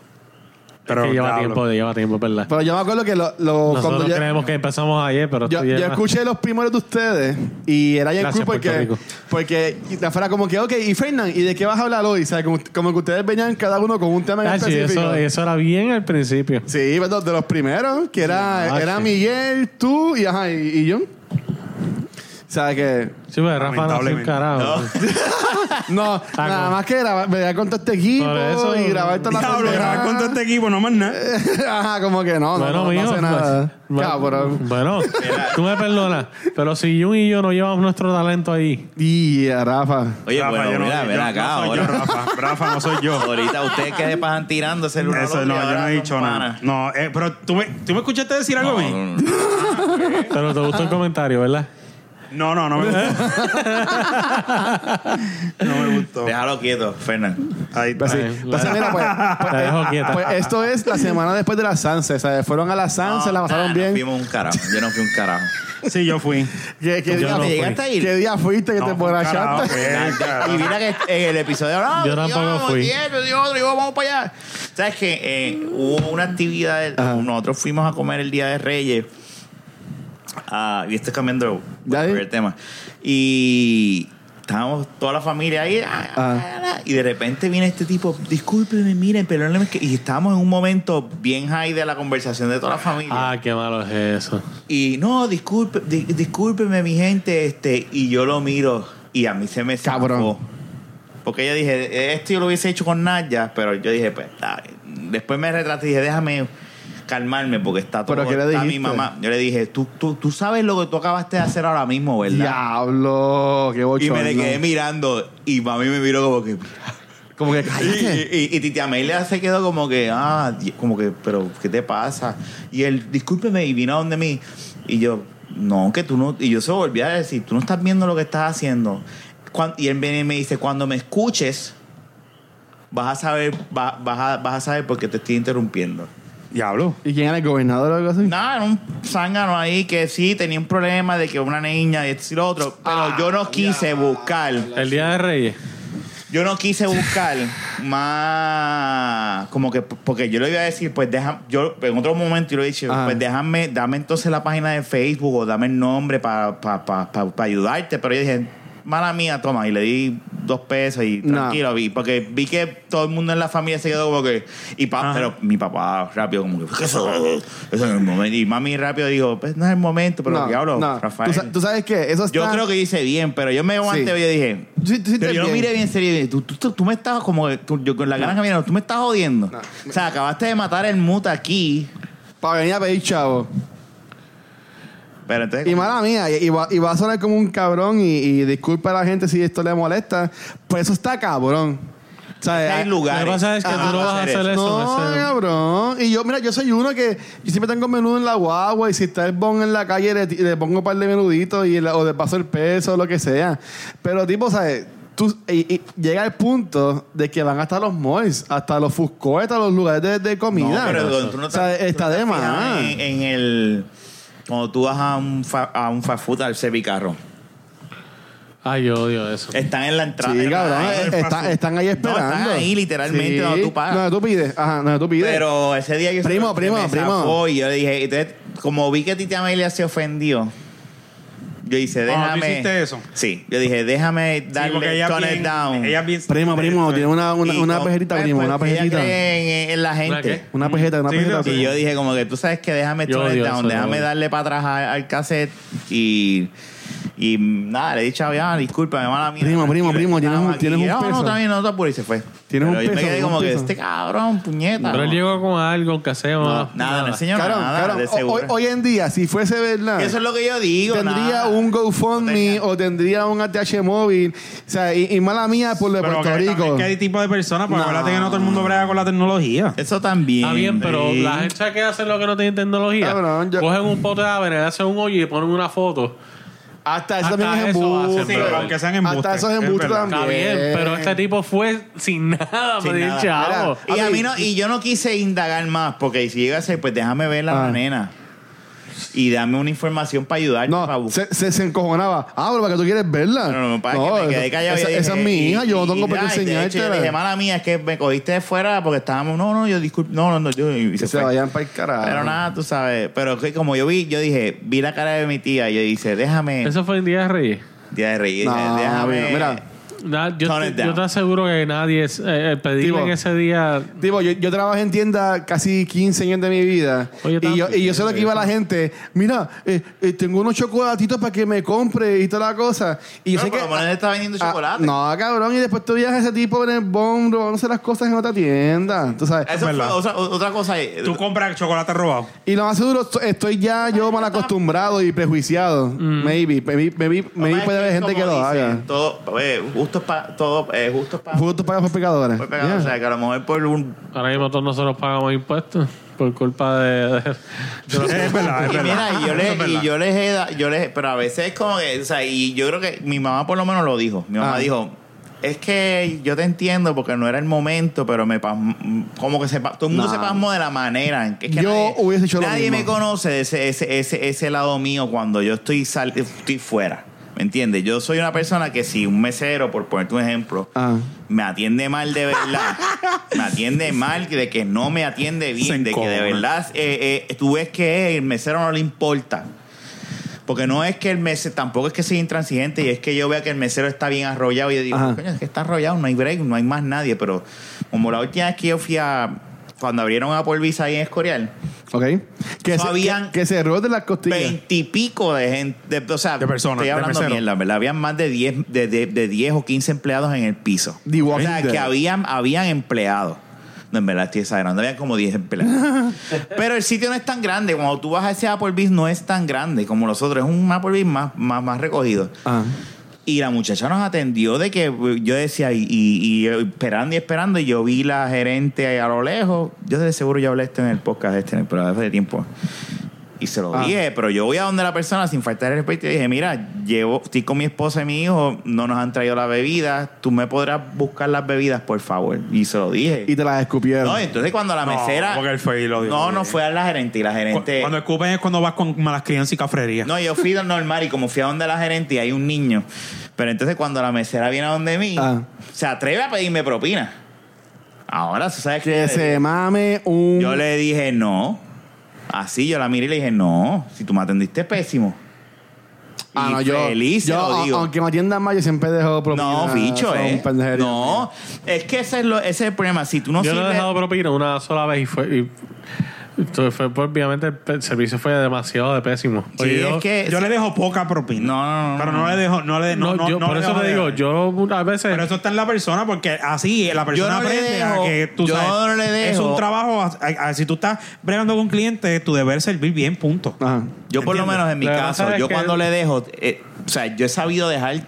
S4: Pero
S2: que lleva
S4: diablo.
S2: tiempo, lleva tiempo, ¿verdad?
S3: Pero yo me acuerdo que lo, lo- cuando
S2: Nosotros
S3: yo,
S2: creemos que empezamos ayer, pero
S3: yo,
S2: esto
S3: yo
S2: lleva-
S3: escuché los primeros de ustedes y era bien cool
S2: Gracias, Puerto
S3: porque,
S2: Rico.
S3: porque afuera como que, ok, y Fernan, ¿y de qué vas a hablar hoy? O sea, como, como que ustedes venían cada uno con un tema en
S2: Ah, sí,
S3: específico.
S2: eso, eso era bien al principio.
S3: Sí, perdón, de los primeros, que era,
S2: Ah,
S3: era
S2: sí.
S3: Miguel, tú y, ajá, y, y yo. O sea que...
S2: Sí, pero Rafa no hace un
S4: Lamentablemente.
S2: carajo.
S3: No, nada más que grabar, bregar con todo este equipo
S2: Ah, Por eso.
S3: y grabar toda la
S4: Diablo,
S3: pendeja.
S4: grabar con todo este equipo, no más nada.
S3: Ajá, como que no,
S2: este-
S3: no,
S2: Bueno,
S3: no, no
S2: mijo,
S3: hace nada.
S2: pues, va-
S3: Cabrón.
S2: Bueno, tú me perdonas, pero si Jun y yo no llevamos nuestro talento ahí,
S3: Y a Rafa.
S1: Oye,
S4: Rafa,
S1: bueno,
S4: yo no-
S1: mira,
S4: yo-
S1: ven
S4: no
S1: acá
S4: soy
S1: ahora.
S4: yo, Rafa, Rafa, no soy yo.
S1: (laughs) Ahorita ustedes que pasan tirándose el uno al
S4: Eso
S1: otro
S4: no,
S1: y
S4: yo
S1: ahora
S4: no he
S1: son
S4: dicho nada.
S1: panas.
S4: No, eh, pero ¿tú me, tú me escuchaste decir algo
S1: No,
S4: a mí.
S1: no, no.
S2: pero te gustó el comentario, ¿verdad?
S4: No, no, no
S1: (laughs)
S4: me gustó. no me gustó.
S1: Déjalo quieto, Fernan.
S4: Ahí está.
S3: Así.
S2: Ay,
S3: Entonces,
S2: la-
S3: mira,
S2: (laughs)
S3: pues,
S2: La dejo
S3: pues,
S2: quieta.
S3: pues esto es la semana después de la Sanse. ¿sabes? Fueron a la Sanse, la pasaron
S1: no
S3: bien.
S1: Ah, Fuimos un carajo. Yo no fui un carajo.
S4: Sí, yo fui.
S3: ¿Qué, qué
S2: Yo
S3: día,
S2: no fui.
S1: ¿Llegaste a ir?
S3: ¿Qué día fuiste que te
S4: No, carajo,
S3: emborrachaste?
S4: eh,
S1: (laughs) Y
S4: carajo.
S1: mira que en el episodio no,
S2: Yo tampoco
S1: íbamos,
S2: fui.
S1: y esto, y otro, y vamos para allá. ¿Sabes que hubo una actividad, de-
S3: Ajá.
S1: nosotros fuimos a comer el Día de Reyes. Ah, y estoy cambiando
S3: Ya,
S1: el
S3: eh.
S1: tema. Y estábamos toda la familia ahí. ah,
S3: Ajá.
S1: ah, ah, y de repente viene este tipo, discúlpeme, miren, perdónenme. que-". Y estábamos en un momento bien high de la conversación de toda la familia.
S2: Ah, qué malo es eso.
S1: Y no, disculpe, di- discúlpeme, mi gente, este, y yo lo miro y a mí se me zafó.
S3: Cabrón.
S1: Porque yo dije, esto yo lo hubiese hecho con Naya, pero yo dije, pues, está bien. después me retraté y dije, déjame calmarme porque está todo.
S3: ¿Pero qué le
S1: está mi
S3: dijiste?
S1: mamá. Yo le dije, tú, tú, tú sabes lo que tú acabaste de hacer ahora mismo, ¿verdad?
S3: Diablo, qué
S1: y
S3: bochorno.
S1: me le quedé mirando y mami me miró como que.
S3: Como que
S1: Y,
S3: cállate.
S1: y, y Titi Amelia se quedó como que, ah, di- como que, pero, ¿qué te pasa? Y él, discúlpeme, y vino a donde mí. Y yo, no, que tú no. Y yo se lo volví a decir, tú no estás viendo lo que estás haciendo. Cuan- y él viene y me dice, cuando me escuches, vas a saber, va- vas, a, vas a saber por qué te estoy interrumpiendo.
S4: Diablo.
S3: ¿Y quién era el gobernador o algo así?
S1: Nada, era un zángano ahí que sí tenía un problema de que una niña y esto y lo otro. Pero yo no quise buscar.
S2: El Día de Reyes.
S1: Yo no
S3: (laughs)
S1: quise buscar más como que porque yo le iba a decir, pues deja, yo en otro momento yo le dije,
S3: Ajá.
S1: pues déjame, dame entonces la página de Facebook o dame el nombre para ayudarte. Pero yo dije, mala mía, toma, y le di dos pesos y
S3: No.
S1: tranquilo, vi, porque vi que todo el mundo en la familia se quedó como que, y pa-
S4: Ajá.
S1: pero mi papá rápido como que, eso, eso no es el momento. Y mami rápido dijo, pues no es el momento, pero
S3: No,
S1: diablo,
S3: no.
S1: Rafael.
S3: ¿Tú, sa- tú sabes que eso está...
S1: yo creo que hice bien, pero yo me aguanté
S3: Sí.
S1: y yo dije,
S3: Sí, tú hiciste
S1: pero yo lo
S3: bien.
S1: miré bien serio. y dije, Tú, tú, tú- tú me estás como. que- tú- yo con la ganas que miraron, tú me estás jodiendo.
S3: No.
S1: O sea, acabaste de matar el muta aquí.
S3: Para venir a pedir chavo.
S1: Pero entonces.
S3: Y mala mía, y, y va, y va a sonar como un cabrón y, y disculpa a la gente si esto le molesta, pues eso está cabrón. O sea,
S1: hay
S3: eh,
S2: Lo
S1: lugares.
S2: que pasa es que
S1: Ah,
S2: tú no vas a hacer eso.
S3: No,
S2: ese-
S3: cabrón. Y yo, mira, yo soy uno que yo siempre tengo menudo en la guagua y si está el bon en la calle le, le pongo un par de menuditos y le- o le paso el peso o lo que sea. Pero tipo, ¿sabes? Tú, y- y llega el punto de que van hasta los malls, hasta los food court, hasta los lugares de, de
S1: No,
S3: comida.
S1: pero
S3: O
S1: don, tú no
S3: sea,
S1: estás-
S3: está de
S1: fijado
S3: más.
S1: En, en el. Cuando tú vas a un, fa- a un fast food, al Cevicarro.
S2: Ay, yo odio eso.
S1: Están en la entrada.
S3: Sí,
S1: en la-
S3: cabrón,
S1: en el
S3: eh,
S1: fast
S3: está-
S1: food.
S3: están ahí esperando.
S1: No, están ahí literalmente
S3: Sí.
S1: donde tú pagas.
S3: Donde tú pides, ajá, donde tú pides.
S1: Pero ese día yo
S3: Primo,
S1: se
S3: primo,
S1: me
S3: primo.
S1: zafó y yo le dije, entonces, como vi que Titi Amelia se ofendió, yo hice,
S4: Ah,
S1: déjame.
S4: ¿tú hiciste eso?
S1: Sí, yo dije, déjame
S4: Sí, porque
S1: darle
S4: ella es
S1: tone
S4: bien-
S1: down.
S4: ella es bien-
S3: primo, primo,
S4: Sí.
S3: tiene una, una,
S1: este, Y
S3: una
S1: como-
S3: pejerita,
S1: pues,
S3: primo, una
S1: porque ella
S3: pejerita.
S1: cree en, en la
S2: ¿Una
S1: gente.
S2: qué?
S3: Una pejeta, una
S4: Sí,
S3: pejeta.
S4: sí.
S1: Y
S3: primo.
S1: yo dije, como que tú sabes que déjame
S2: Yo
S1: tone
S2: odio
S1: down,
S2: eso,
S1: déjame
S2: yo-
S1: darle para atrás a- al cassette y. Y nada, le he dicho a Bianca, disculpa, mala mía.
S3: Primo, primo,
S1: tranquila,
S3: primo, tienes un-
S1: estaba aquí.
S3: tienes un
S1: No,
S3: peso.
S1: No, también no te apures, y se fue.
S3: Tienes un
S1: Pero yo
S3: peso,
S1: me quedé
S3: un
S1: como que,
S3: peso.
S1: este cabrón, puñeta.
S2: Pero él
S1: no.
S2: llegó con algo, con caseo,
S1: No,
S2: nada.
S1: nada, no enseñó
S3: Cabrón,
S1: nada,
S3: cabrón,
S1: de
S3: ho-
S1: seguro.
S3: hoy, hoy en día, si fuese verdad,
S1: Eso es lo que yo digo.
S3: tendría
S1: nada.
S3: un
S1: No
S3: GoFundMe
S1: tenía.
S3: o tendría un ATH móvil. O sea, y, y mala mía por lo de
S4: Pero
S3: Puerto
S4: que,
S3: Rico.
S4: también que hay tipo de personas, porque
S3: No.
S4: acuérdate que no todo el mundo brega con la tecnología.
S1: Eso también.
S2: Está bien, pero
S1: sí.
S2: la gente que hace lo que no tiene tecnología,
S3: Cabrón, yo-
S2: cogen un pote de avena, hacen un hoyo y ponen una foto.
S3: Hasta eso
S2: Hasta
S3: también es
S2: eso hacen,
S3: embuste.
S4: Sí,
S2: pero-
S4: aunque sean embustes.
S3: Hasta esos embustes
S4: verdad.
S3: también.
S2: Está bien, pero este tipo fue sin nada,
S1: Sin
S2: me di
S1: nada.
S2: chavo.
S1: Y a mí no, y yo no quise indagar más, porque si llega a ser, pues déjame ver a la
S3: Ah.
S1: nena. Y dame una información para ayudarte. para
S3: No,
S1: buscar.
S3: se, se, se encojonaba. Ah, pero para que tú quieres verla.
S1: No, no, no, para que me quedé callado. y
S3: Esa,
S1: dije,
S3: esa es mi
S1: y-
S3: hija, yo no
S1: y-
S3: tengo por qué
S1: y- y de hecho, yo
S3: enseñártela.
S1: le dije, mala mía, es que me cogiste de fuera porque estábamos. No, no, yo disculpe. No, no, no, yo. Y
S3: que se,
S1: fue.
S3: vayan para el carajo.
S1: Pero nada, tú sabes. Pero que como yo vi, yo dije, vi la cara de mi tía y yo dije, déjame.
S2: Eso fue el día de Reyes.
S1: Tía de reír.
S3: No,
S1: déjame.
S3: mira, mira,
S2: Na- yo,
S1: Tone
S2: te,
S1: it down.
S2: yo te aseguro que nadie es, eh, eh, pedirle
S3: Tipo,
S2: en ese día.
S3: Tipo, yo, yo trabajé en tienda casi 15 años de mi vida.
S2: Oye,
S3: y, yo, y yo
S2: también,
S3: sé lo que iba a la gente. Mira, eh, eh, tengo unos chocolatitos para que me compre y toda la cosa. Y yo
S1: Bueno,
S3: sé
S1: por
S3: que.
S1: lo menos él está vendiendo
S3: ah,
S1: chocolate.
S3: no, cabrón. Y después tú viajas a ese tipo en el bomb robándose las cosas en otra tienda. Tú sabes.
S1: Eso fue
S4: verdad.
S1: otra, otra cosa. eh,
S4: Tú compras chocolate robado.
S3: Y lo más seguro, est- estoy ya yo mal acostumbrado y prejuiciado. Maybe. Maybe, maybe,
S1: lo que
S3: maybe
S1: pasa
S3: puede
S1: es
S3: haber
S1: que,
S3: gente que
S1: como
S3: lo
S1: dicen,
S3: haga.
S1: Todo, eh, justos para. Todo, eh, justos para.
S3: Justo pagas por pecadores.
S1: pues,
S3: Yeah.
S1: O sea, que a lo mejor por un.
S2: Ahora mismo todos nosotros pagamos impuestos por culpa de. de- de los-
S4: Es verdad, es
S1: Y
S4: verdad.
S1: mira, y
S3: (laughs)
S1: yo,
S4: Eso
S1: les,
S4: es verdad.
S1: y yo les he da- yo les, pero a veces es como que, o sea, y yo creo que mi mamá por lo menos lo dijo. Mi mamá
S3: Ah.
S1: dijo, es que yo te entiendo porque no era el momento, pero me pasm- como que se, pa- todo el mundo
S3: Nah.
S1: se pasmó de la manera. en que es que
S3: Yo
S1: nadie,
S3: hubiese hecho lo
S1: Nadie
S3: mismo.
S1: me conoce ese, ese, ese, ese lado mío cuando yo estoy, sal- estoy fuera. ¿Me entiendes? Yo soy una persona que si un mesero, por ponerte un ejemplo,
S3: Ah.
S1: me atiende mal de verdad. me atiende mal, de que no me atiende
S4: Se
S1: bien, de que de
S4: encojona.
S1: verdad eh, eh, tú ves que el mesero no le importa. Porque no es que el mesero, tampoco es que sea intransigente y es que yo vea que el mesero está bien arrollado y yo digo,
S3: Ajá.
S1: coño, es que está arrollado, no hay break, no hay más nadie. Pero como la última vez que yo fui a, cuando abrieron Applebee's ahí en Escorial,
S3: Ok. Que,
S1: Eso
S3: se,
S1: habían-
S3: que, que se robe de las costillas.
S1: veintipico de gente, de, o sea,
S4: De personas,
S1: estoy
S4: de
S1: hablando
S4: meseros.
S1: mierda, ¿verdad? Habían más de 10 de, de, de 10 o 15 empleados en el piso.
S3: The
S1: o
S3: Walking
S1: sea,
S3: Dead.
S1: que habían, habían empleados. No, en verdad estoy exagerando, habían como 10
S4: (laughs)
S1: empleados. Pero el sitio no es tan grande, cuando tú vas a ese Applebee's no es tan grande como los otros, es un Applebee's más, más, más recogido.
S3: Ah.
S1: Y la muchacha nos atendió de que yo decía, y, y- y esperando y esperando, y yo vi la gerente ahí a lo lejos. Yo de seguro ya hablé esto en el podcast, este, en el programa hace tiempo. Y se lo
S3: Ah.
S1: dije, pero yo voy a donde la persona sin faltar el respeto y dije, mira, llevo, estoy con mi esposa y mi hijo, no nos han traído la bebida, tú me podrás buscar las bebidas, por favor. Y se lo dije.
S3: Y te las escupieron.
S1: no, entonces cuando la
S4: No,
S1: mesera...
S4: porque él fue y lo dijo.
S1: No, no fue a la gerente y la
S4: Cu-
S1: gerente...
S4: Cuando escupen es cuando vas con malas crianzas y cafrería.
S1: No, yo fui normal y como fui a donde la gerente y hay un niño. Pero entonces cuando la mesera viene a donde mí,
S3: Ah.
S1: se atreve a pedirme propina. Ahora, ¿tú sabes
S3: Que
S1: qué?
S3: se mame un.
S1: Yo le dije no. Así yo la miré y le dije, no, si tú me atendiste pésimo.
S3: Ah,
S1: Y
S3: no, yo.
S1: feliz se
S3: yo,
S1: lo
S3: a-
S1: digo.
S3: Aunque me atiendan más, yo siempre dejo propina.
S1: no, bicho,
S3: son
S1: eh.
S3: pendejerías.
S1: No, es que ese es, lo- ese es el problema. Si tú no eh.
S2: yo no he
S1: sirves-
S2: dejado propina una sola vez y fue. y- entonces fue, pues, obviamente el pe- servicio fue demasiado de pésimo. Porque
S1: Sí,
S2: yo-
S1: es que...
S4: Yo le dejo poca propina.
S1: No, no, no, no,
S4: Pero no le dejo. No le, no,
S2: no,
S4: no,
S2: yo-
S4: no
S2: por
S4: le
S2: eso
S4: dejo
S2: te
S4: de-
S2: digo, yo a veces.
S4: Pero eso está en la persona, porque así la persona
S1: no le
S4: aprende
S1: dejo,
S4: a que tú
S1: yo no
S4: sabes.
S1: le
S4: Es
S1: dejo.
S4: un trabajo. a- a- a- si tú estás bregando con clientes, tu deber es servir bien, punto.
S2: Ah,
S3: Ajá.
S1: Yo por lo
S4: ¿Entiendes?
S1: menos en mi
S2: Lo que
S1: caso,
S2: pasa es
S1: yo
S2: que-
S1: cuando le dejo, eh, o sea, yo he sabido dejar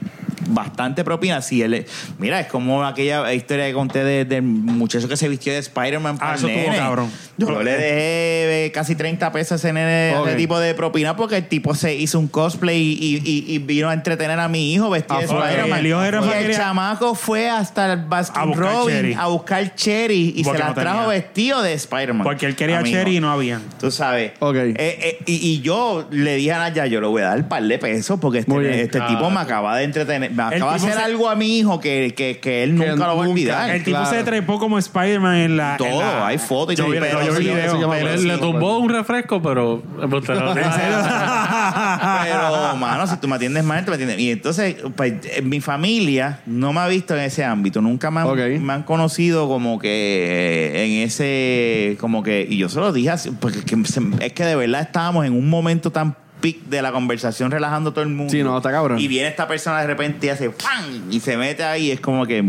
S1: bastante propina. Si él, mira, es como aquella historia que conté de- del muchacho que se vistió de Spider-Man. para
S4: Ah,
S1: el
S4: eso estuvo
S1: nene.
S4: cabrón.
S1: Yo, le dejé eh, casi 30 pesos a ese, nene, a ese
S3: Ok.
S1: tipo de propina porque el tipo se hizo un cosplay y, y- y vino a entretener a mi hijo vestido de
S4: Ah, fue.
S1: Spider-Man.
S4: El hijo era
S1: Y el
S4: familia-
S1: chamaco fue hasta el Baskin
S4: A buscar
S1: Robin
S4: Cherry.
S1: a buscar Cherry y
S4: Porque
S1: se la
S4: no tenía.
S1: trajo vestido de Spider-Man.
S4: Porque él quería
S1: Amigo.
S4: cherry y no habían.
S1: Tú sabes.
S3: Ok.
S1: Eh, eh, y, y yo le dije a Naya, yo le voy a dar un par de pesos porque
S3: Muy bien.
S1: este, este
S2: Ah.
S1: tipo me acaba de entretener, me acaba de
S4: tipo
S1: hacer
S4: se-
S1: algo a mi hijo que, que, que él
S3: Que
S1: nunca lo va a
S3: nunca.
S1: olvidar.
S4: El tipo
S3: claro.
S4: se trepó como Spider-Man en la. en
S1: Ah, Todo,
S4: la-
S1: hay fotos y
S4: Yo
S1: todo,
S4: vi-
S1: pero
S4: yo vi
S1: sí,
S4: video.
S3: eso llama-
S2: le,
S3: Sí,
S2: le
S3: no
S2: tumbó un refresco, pero. pues,
S1: (laughs)
S2: te lo-
S1: Pero, mano, si tú me atiendes mal, te me atiendes. Y entonces, pues, eh, mi familia no me ha visto en ese ámbito. Nunca me han,
S3: Ok.
S1: me han conocido como que eh, en ese. Como que. Y yo se lo dije así, porque es que, se- es que de verdad estábamos en un momento tan pic de la conversación relajando a todo el mundo.
S3: Sí, no, está cabrón.
S1: Y viene esta persona de repente y hace ¡pam! Y se mete ahí. Es como que.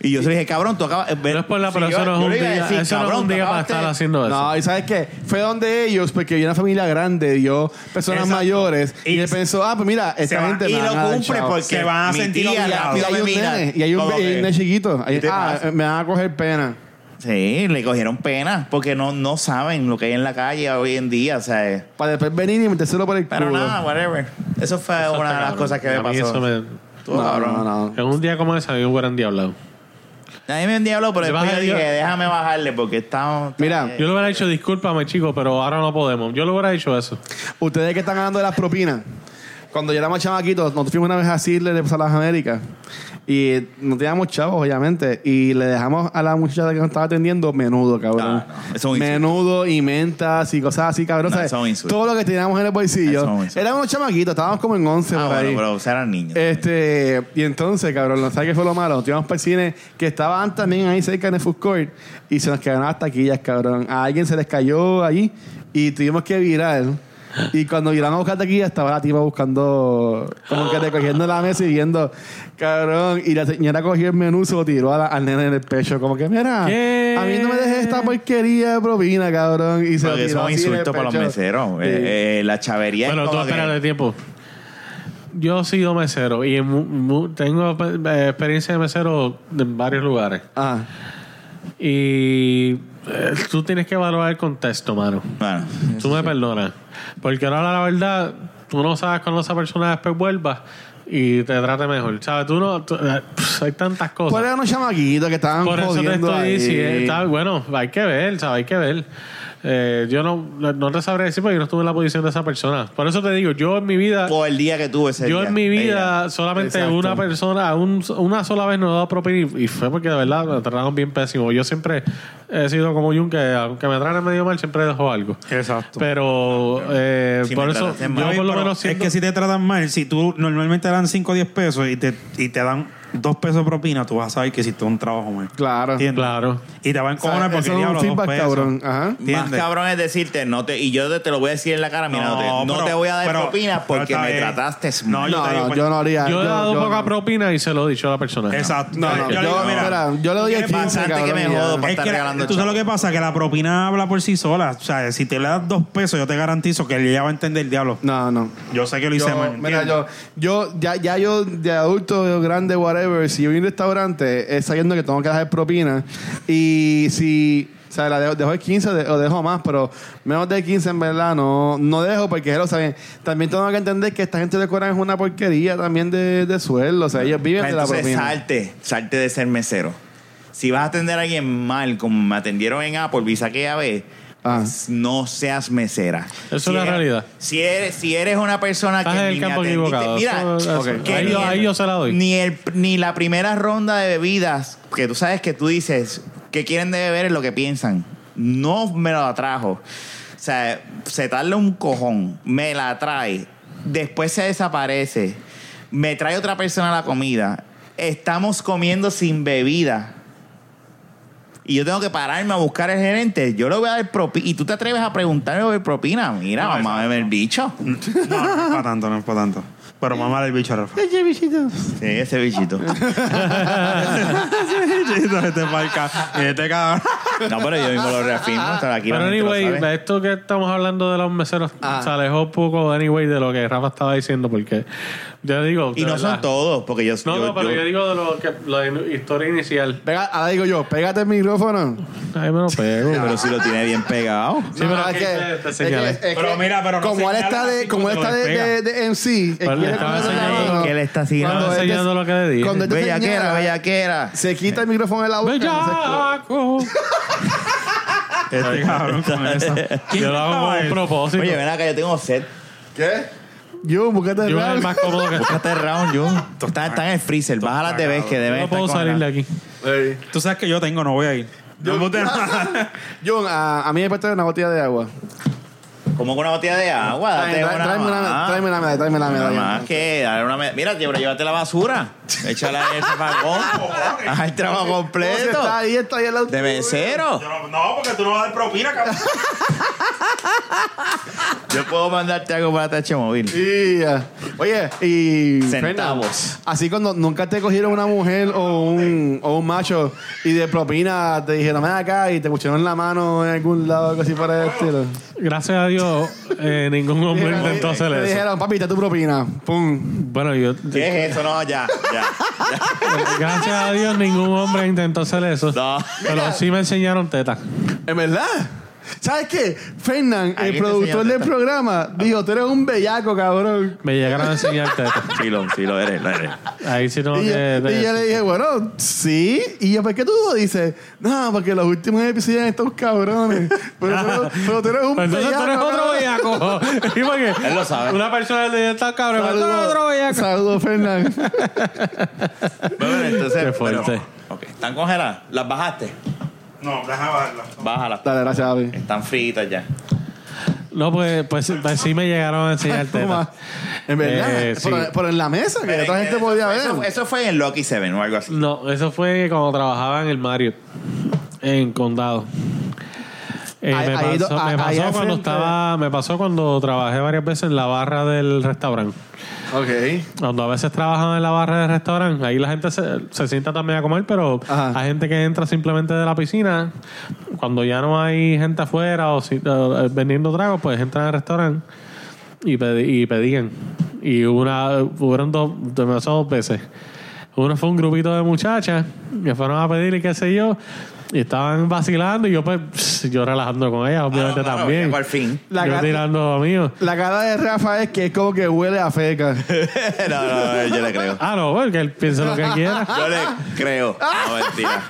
S1: Y yo se le dije, cabrón, tú acabas. eh,
S2: No es por la- pero eso no es un día- eso no es un día para estar haciendo eso.
S3: No, y sabes qué? Fue donde ellos, porque había una familia grande, yo, personas
S4: Exacto.
S3: mayores, y,
S4: Y
S3: él
S4: se-
S3: pensó, ah, pues mira, esta
S4: va-
S3: gente
S1: Y
S3: me van a
S1: lo
S3: dar
S1: cumple
S3: chavo.
S1: porque
S4: Se van a
S1: mi
S4: sentir
S1: tía, la
S4: obligados.
S3: Y
S1: tía
S3: hay
S1: me
S3: un
S1: mira,
S3: nene, y hay un,
S1: como
S3: y hay un
S1: que-
S3: nene chiquito. Ahí,
S1: ¿Qué te
S3: ah,
S1: pasa?
S3: me van a coger pena.
S1: Sí, le cogieron pena porque no, no saben lo que hay en la calle hoy en día, o sea. eh.
S3: Para después venir y metérselo por el
S1: Pero
S3: culo.
S1: nada, whatever. Eso fue
S2: Eso
S1: una
S2: está
S1: de las
S2: cabrón.
S1: cosas que
S2: A
S1: me
S2: mí
S1: pasó.
S2: eso me-
S1: Estuvo
S3: No,
S1: cabrón.
S3: no, no.
S2: En un día como ese había un buen día hablado.
S1: Nadie me endiabló, pero
S2: Le
S1: después
S2: bajé
S1: yo dije,
S2: yo.
S1: déjame bajarle porque estamos...
S3: Mira,
S2: Yo le hubiera dicho, discúlpame, chico, pero ahora no podemos. Yo le hubiera dicho eso.
S3: Ustedes que están hablando de las propinas. Cuando yo era más chamaquito, nosotros fuimos una vez a Sidle de Salas Américas y eh, no teníamos chavos, obviamente. Y le dejamos a la muchacha que nos estaba atendiendo menudo, cabrón.
S1: Ah, no. Eso es un insulto.
S3: menudo y mentas y cosas así, cabrón.
S1: No,
S3: O sea,
S1: eso es un insulto.
S3: todo lo que teníamos en el
S1: Eso es un
S3: bolsillo.
S1: insulto.
S3: Éramos chamaquitos, estábamos como en 11
S1: Ah,
S3: por ahí.
S1: bueno, pero o sea, eran niños.
S3: Este, y entonces, cabrón, ¿no ¿sabes qué fue lo malo? Nos íbamos para el cine que estaban también ahí cerca en el food court y se nos quedaron las taquillas, cabrón. A alguien se les cayó allí y tuvimos que virar. Y cuando viramos a buscar taquillas, estaba la tipa buscando, como que recogiendo la mesa y viendo, cabrón. Y la señora cogió el menú y se lo tiró a la- al nene en el pecho, como que, mira,
S2: ¿Qué?
S3: a mí no me dejes esta porquería de propina, cabrón. Y se lo
S1: Porque eso
S3: tiró
S1: es un
S3: así en el
S1: insulto para los
S3: pecho.
S1: meseros.
S3: Sí.
S1: Eh, eh, la chavería es
S2: Bueno, tú
S1: como que-
S2: espérate tiempo. Yo he sido mesero y en mu- mu- tengo eh, experiencia de mesero en varios lugares.
S3: Ah,
S2: Y eh, tú tienes que evaluar el contexto, mano.
S1: Bueno,
S2: Tú me perdonas. Porque ahora la verdad, tú no sabes cuándo esa persona después vuelva y te trate mejor. ¿Sabes? Tú no. tú- eh, pff, hay tantas
S3: ¿Cuáles
S2: cosas.
S3: eran los chamaquitos que estaban
S2: Por eso te
S3: jodiendo
S2: estoy
S3: ahí?
S2: diciendo. está- bueno, hay que ver, ¿sabes? Hay que ver. Eh, yo no, no te sabré decir porque yo no estuve en la posición de esa persona. Por eso te digo, yo en mi vida.
S1: por el día que tuve ese
S2: Yo
S1: día.
S2: en mi vida
S1: Ella.
S2: solamente
S3: Exacto.
S2: una persona, un- una sola vez nos daba propina y, y fue porque de verdad me trataron bien pésimo. Yo siempre he sido como Jun que aunque me traten medio mal siempre dejo algo.
S4: Exacto.
S2: Pero eh,
S1: Si
S2: por
S1: me
S2: eso yo
S1: tratasen mal,
S2: por lo
S4: Pero
S2: menos
S4: es
S2: siento
S4: que si te tratan mal, si tú normalmente te dan 5 o 10 pesos y te, y te dan 2 pesos de propina, tú vas a saber que hiciste un trabajo mal.
S3: Claro.
S4: ¿Entiendes?
S2: claro.
S4: Y te van a
S3: O sea,
S4: cobrar porque
S3: eso es un
S4: diablo, dos
S3: feedback,
S4: pesos.
S3: cabrón. Ajá.
S1: Más
S4: ¿Entiendes?
S1: cabrón es decirte, no te, y yo te, te lo voy a decir en la cara, mira, no, te, no
S4: pero-
S1: te voy a dar
S4: pero-
S1: propina
S4: pero
S1: porque
S4: está
S1: me
S4: bien.
S1: trataste mal.
S4: yo
S3: No,
S4: te digo,
S3: no,
S4: pues,
S3: yo no haría.
S2: Yo he dado poca
S3: no.
S2: propina y se lo he dicho a la persona.
S4: Exacto.
S3: No, no,
S4: le
S3: yo-
S4: digo, mira,
S3: espera, yo le doy el
S4: ¿qué pasa?
S3: 15,
S1: Bastante que
S3: cabrón,
S1: me
S3: y ya.
S1: jodo para
S4: Es
S1: estar
S4: que la-
S1: regalando
S4: tú sabes lo
S1: chavos.
S4: que pasa, que la propina habla por sí sola. O sea, si te le das dos pesos, yo te garantizo que ella va a entender el diablo.
S3: No, no.
S4: Yo sé que lo hice
S3: Yo-
S4: mal.
S3: mira,
S4: ¿entiendes?
S3: yo, yo, ya, ya yo de adulto, yo grande, whatever, si yo voy a un restaurante, es sabiendo que tengo que dejar propina. Y si, o sea, la dejo, dejo el 15 o de- o dejo más, pero menos de 15 en verdad no, no dejo porque ellos saben. También tengo que entender que esta gente de Corán es una porquería también de, de sueldo. O sea, ellos viven de la
S1: Pues Entonces
S3: propina.
S1: salte, salte de ser mesero. Si vas a atender a alguien mal, como me atendieron en Applebee's aquella vez,
S3: Ah.
S1: no seas mesera.
S2: Eso es la
S1: eres-
S2: realidad.
S1: Si eres, si eres una persona
S2: Estás
S1: que
S2: en el
S1: ni
S2: campo
S1: atendiste-
S2: equivocado.
S1: Mira,
S2: Eso-
S3: ok.
S2: eso-
S1: que
S2: ahí,
S1: ni
S2: yo,
S1: el-
S2: ahí yo se la doy.
S1: Ni, el, ni la primera ronda de bebidas, que tú sabes que tú dices que quieren de beber es lo que piensan. No me la trajo. O sea, se tarda un cojón, me la trae, después se desaparece, me trae otra persona la comida, estamos comiendo sin bebida. Y yo tengo que pararme a buscar al gerente. Yo le voy a dar propina. Y tú te atreves a preguntarme por propina. Mira,
S4: No,
S1: mamá, me el bicho.
S4: No, no es para tanto, no es para tanto. Pero mamá el
S2: (laughs)
S4: bicho, Rafa. (laughs)
S1: Sí, ese bichito.
S3: Ah.
S4: (laughs)
S3: (laughs)
S4: este marca. Este cabrón.
S1: No, pero yo mismo lo reafirmo. o sea, aquí la
S2: Pero
S1: gente lo
S2: anyway,
S1: sabe.
S2: esto que estamos hablando de los meseros
S3: Ah.
S2: se alejó un poco anyway de lo que Rafa estaba diciendo porque yo digo
S1: Y
S2: de
S1: no
S2: verdad-
S1: son todos, porque yo...
S2: No,
S1: yo-
S2: no, pero yo,
S1: yo-
S2: digo de lo que la in- historia inicial.
S3: Pega, ahora digo yo, pégate el micrófono.
S2: Ahí me lo
S1: (laughs)
S2: pego.
S1: Pero si lo tiene bien pegado.
S2: Sí, pero aquí te- te señalé.
S4: Pero mira, pero no
S3: como él
S4: señalas
S3: está de,
S4: así
S3: como él
S4: cuando
S3: está de,
S4: te
S3: de,
S4: lo
S3: de MC, él
S2: Pero le
S3: quiere
S2: estaba
S3: comerse la
S2: enseñando
S3: mano.
S1: que él está haciendo.
S3: Cuando
S2: Estaba
S3: él te-
S2: enseñando lo que le dije.
S3: Cuando él te
S1: Bellaquera,
S3: señala,
S1: bellaquera.
S3: se quita el micrófono de la boca.
S2: ¡Bellaco!
S3: no
S4: Este cabrón con eso.
S2: Yo lo hago con un propósito.
S1: Oye, ven acá, yo tengo set.
S3: se- ¿Qué? Yo, busquete
S2: yo es el
S3: el
S2: más
S1: (laughs)
S2: cómodo que
S1: Búscate el round, Jun. Tú estás, estás en el freezer. Bájala de vez que
S2: Yo
S1: debes
S2: no
S1: estar
S2: puedo
S1: con
S2: salir de
S1: la-
S2: aquí.
S4: Tú sabes que yo tengo, no voy a ir.
S3: Yo-
S4: No me (laughs)
S3: John, a, a mí me prestaron una botella de agua.
S1: Como con una botella de agua.
S2: Ah,
S1: Date
S3: Tráeme
S1: una
S3: tráeme la
S1: más.
S3: tráeme la medalla, tráeme la
S1: Nada
S3: medalla.
S1: más que dale una me- Mira, tío, pero llévate la basura. Échala en el zapacón. Haz el trabajo
S3: Entonces,
S1: completo.
S3: Está ahí, está ahí al lado.
S1: De mesero.
S4: no, no, porque tú no vas a dar propina, cabrón.
S1: Yo puedo mandarte algo para TH Móvil.
S3: Sí, ya. Oye, y.
S1: Centavos.
S3: Fernan, Así cuando nunca te cogieron una mujer o un, o un macho y de propina te dijeron, ven acá y te pusieron la mano en algún lado, algo así para el estilo.
S2: Gracias a Dios, eh, ningún hombre
S3: Dijeron,
S2: intentó hacer
S3: Te
S2: eso.
S3: dijeron, papi, está tu propina. Pum.
S2: Bueno, yo.
S1: ¿Qué es eso? No, ya, ya.
S2: Gracias a Dios, ningún hombre intentó hacer eso.
S1: No.
S2: Pero sí me enseñaron teta.
S3: ¿En verdad? ¿Sabes qué? Fernan,
S1: Ahí
S3: el
S1: te
S3: productor
S1: enseñaste
S3: del
S1: esta.
S3: programa, dijo, tú eres un bellaco, cabrón.
S2: Me llegaron a enseñar teta.
S1: Sí, lo, sí, lo eres, lo eres.
S2: Ahí sí no
S3: Y yo,
S2: que.
S3: y yo le dije, bueno, sí. Y yo, ¿por qué tú lo dices?
S2: (laughs)
S3: No, porque los últimos episodios están estos cabrones. Pero, tú eres- pero tú eres un
S2: Entonces tú eres
S3: bellaco,
S2: otro bellaco.
S3: cabrón.
S2: bellaco.
S3: (laughs)
S2: Sí, porque
S1: Él lo sabe.
S2: Una persona le dice, está cabrón. me está dando otro bellaco".
S3: Saludos, Fernán.
S1: Bueno, entonces,
S2: Qué fuerte.
S1: pero- ok. ¿Están congeladas? ¿Las bajaste?
S4: No, deja bajarla.
S1: Bájalas.
S3: (laughs) Dale, gracias, Abby.
S1: Están fritas ya.
S2: No, pues, pues, pues sí me llegaron a enseñar tetas.
S3: (laughs) Toma. En verdad,
S2: Eh, sí.
S3: por, por en la mesa, que otra gente podía ver.
S1: Eso, eso fue en Lucky Seven o algo así.
S2: No, eso fue cuando trabajaba en el Marriott, en Condado. Eh,
S3: Ahí-
S2: me,
S3: ahí do-
S2: pasó, me
S3: ahí
S2: pasó
S3: al
S2: cuando
S3: frente.
S2: estaba, me pasó cuando trabajé varias veces en la barra del restaurante.
S3: Ok.
S2: Cuando a veces trabajan en la barra del restaurante, ahí la gente se, se sienta también a comer, pero
S3: Ajá.
S2: hay gente que entra simplemente de la piscina. Cuando ya no hay gente afuera o si- o, eh, vendiendo tragos, pues entran al restaurante y, pedi- y pedían. Y una, hubieron dos, demasiado dos veces. Uno fue un grupito de muchachas que fueron a pedir y qué sé yo. Y estaban vacilando y yo pues pss, yo relajando con ellas, obviamente
S1: Ah, no, claro,
S2: también.
S1: llegó al fin.
S3: La
S2: yo
S3: gata-
S2: tirando mío.
S3: (laughs) La cara de Rafa es que es como que huele a (laughs) feca.
S1: (laughs) no, no, no, yo le creo.
S2: Ah, no, porque él piensa lo que quiera.
S1: Yo le creo. No, mentira.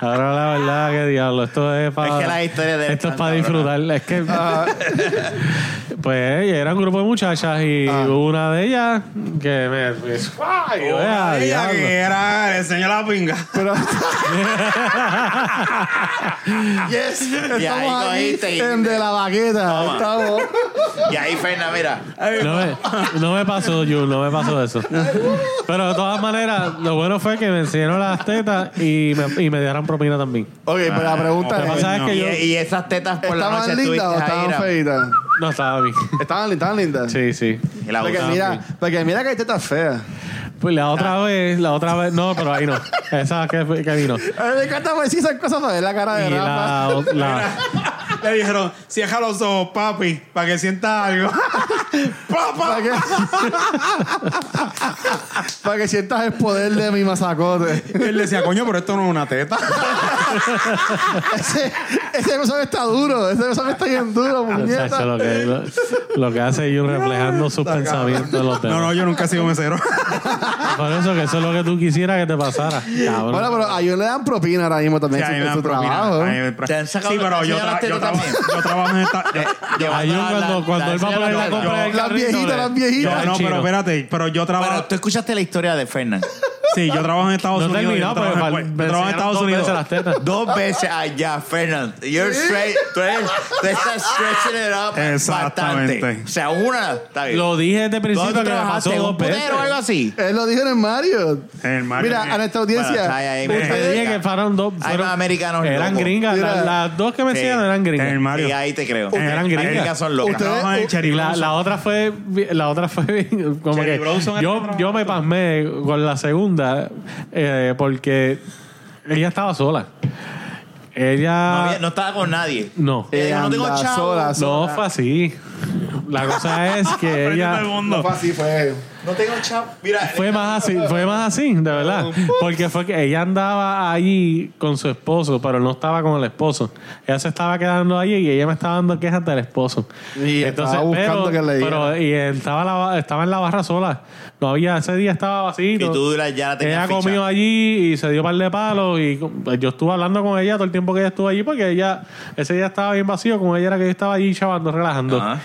S2: Ahora la verdad que diablo, esto es para.
S1: Es que las historias de él
S2: Esto es
S1: están
S2: para disfrutar. Es que. (laughs) pues era un grupo de muchachas y hubo una de ellas que me. pues, ¡ay, vea,
S4: ella
S2: diablo!
S4: que era, le enseñó la pinga.
S3: (laughs) Yes.
S1: Y ahí
S3: Estamos
S1: cogiste
S3: aquí
S1: y-
S3: en de la baqueta.
S1: Toma.
S3: Estamos.
S1: Y ahí, Ferna, mira. (laughs)
S2: No me, no me pasó, Jun, no me pasó eso. Pero de todas maneras, lo bueno fue que me enseñaron las tetas y me, y me dieron propina también.
S3: Ok, pero la
S2: Lo que
S3: pregunta es:
S2: pasa es que
S1: Y,
S2: yo.
S1: y esas tetas por la noche
S3: ¿estaban lindas o
S1: estuviste
S3: estaban
S1: ahí.
S3: feitas?
S2: No estaba bien.
S3: Estaban lindas, estaban lindas.
S2: Sí, sí.
S1: Y la
S3: Porque
S1: usaban.
S3: mira, porque mira que hay tetas feas.
S2: Pues la otra vez, la otra vez. No, pero ahí no. Esa que, que vino.
S3: A mí me encanta decir esas cosas para ver la cara de
S2: Y (laughs)
S3: Rafa.
S2: la, la,
S4: Le dijeron, cierra los ojos, papi, para que sienta algo. (laughs)
S3: Para que, (laughs) para que sientas el poder de mi masacote.
S4: Él decía, coño, pero esto no es una teta.
S3: Ese, ese beso está duro. Ese beso está bien duro,
S2: Muchacho, (laughs)
S3: muñeca.
S2: lo, que, lo, lo que hace Jun reflejando sus pensamientos en los
S4: No,
S2: temas.
S4: no, yo nunca he sido mesero.
S2: Por eso que eso es lo que tú quisieras que te pasara. Cabrón.
S3: Bueno, pero a ellos le dan propina ahora mismo también
S4: Sí, a mí
S3: en
S4: me
S3: su- en
S4: dan
S3: su
S4: propina,
S3: trabajo.
S4: a mí me-
S1: Te han sacado-
S4: Sí, pero
S1: te
S4: yo,
S1: enseñan
S4: tra-
S1: las
S4: yo,
S1: tetas
S4: traba-
S1: también.
S4: yo trabajo en esta. yo- yo-
S2: a Jun cuando, cuando él va a poner la compra del
S3: Las
S2: carrito,
S3: viejitas,
S2: le-
S3: las viejitas.
S2: le-
S4: no,
S2: chino.
S4: pero espérate, pero yo trabajo.
S1: Pero tú escuchaste la historia de Fernan.
S4: Sí, yo trabajo en Estados
S2: No he
S4: Unidos.
S2: terminado,
S4: yo trabajo,
S2: pero
S4: en-
S2: me
S4: yo
S2: enseñaron
S4: trabajo en pues, Estados
S2: dos
S4: Unidos.
S2: veces
S1: (laughs)
S2: las tetas.
S1: Dos veces allá, Fernan. You're straight. Tú, eres, tú estás stretching it up
S4: Exactamente.
S1: bastante. O sea, una. Está bien.
S2: Lo dije desde
S1: ¿Tú
S2: el principio que me pasó
S1: trabajaste en
S2: dos
S1: un
S2: veces.
S1: putero o algo así?
S3: Él lo dijo en el Mario.
S4: En el Mario,
S3: Mira,
S4: sí.
S3: a nuestra audiencia.
S1: Bueno, está ahí, ahí,
S2: Te
S1: mira.
S2: dije que fueron dos.
S1: Hay
S2: fueron-
S1: más americanos
S2: Eran
S1: locos.
S2: gringas.
S3: Mira.
S2: la- las dos que me enseñaron eran
S4: En
S2: gringas.
S4: el Mario.
S1: Y ahí te creo.
S2: Eran
S1: Las
S2: gringas.
S1: son locas.
S3: Ustedes-
S4: Trabajo en el Cherry
S2: Y la,
S4: Blossom.
S2: la otra fue bi- la otra fue (laughs) bien, como
S4: Cherry
S2: que
S4: Blossom es
S2: yo,
S4: otra.
S2: yo me pasmé con la segunda eh, porque ella estaba sola
S1: No, había-
S2: ella
S1: no estaba con nadie.
S2: no
S1: Eh,
S3: Eh,
S1: no tengo
S3: anda
S1: chavo.
S3: sola,
S2: no
S3: sola.
S2: fue así la cosa es
S4: (laughs)
S2: que
S4: Frente a todo el
S2: ella
S3: No
S4: mundo.
S3: fue así, fue.
S1: No tengo chavo. Mira.
S2: fue más así fue más así de verdad porque fue que ella andaba allí con su esposo pero no estaba con el esposo ella se estaba quedando allí y ella me estaba dando quejas del esposo
S3: Y estaba
S2: pero,
S3: buscando que le
S2: pero- y estaba, la ba- estaba en la barra sola no había ese día estaba
S1: Y
S2: vacío
S1: tú la- ya la
S2: ella
S1: tenías
S2: comió
S1: fichada.
S2: allí y se dio par de palos y pues, yo estuve hablando con ella todo el tiempo que ella estuvo allí porque ella ese día estaba bien vacío como ella era que yo estaba allí chavando relajando
S1: Ajá.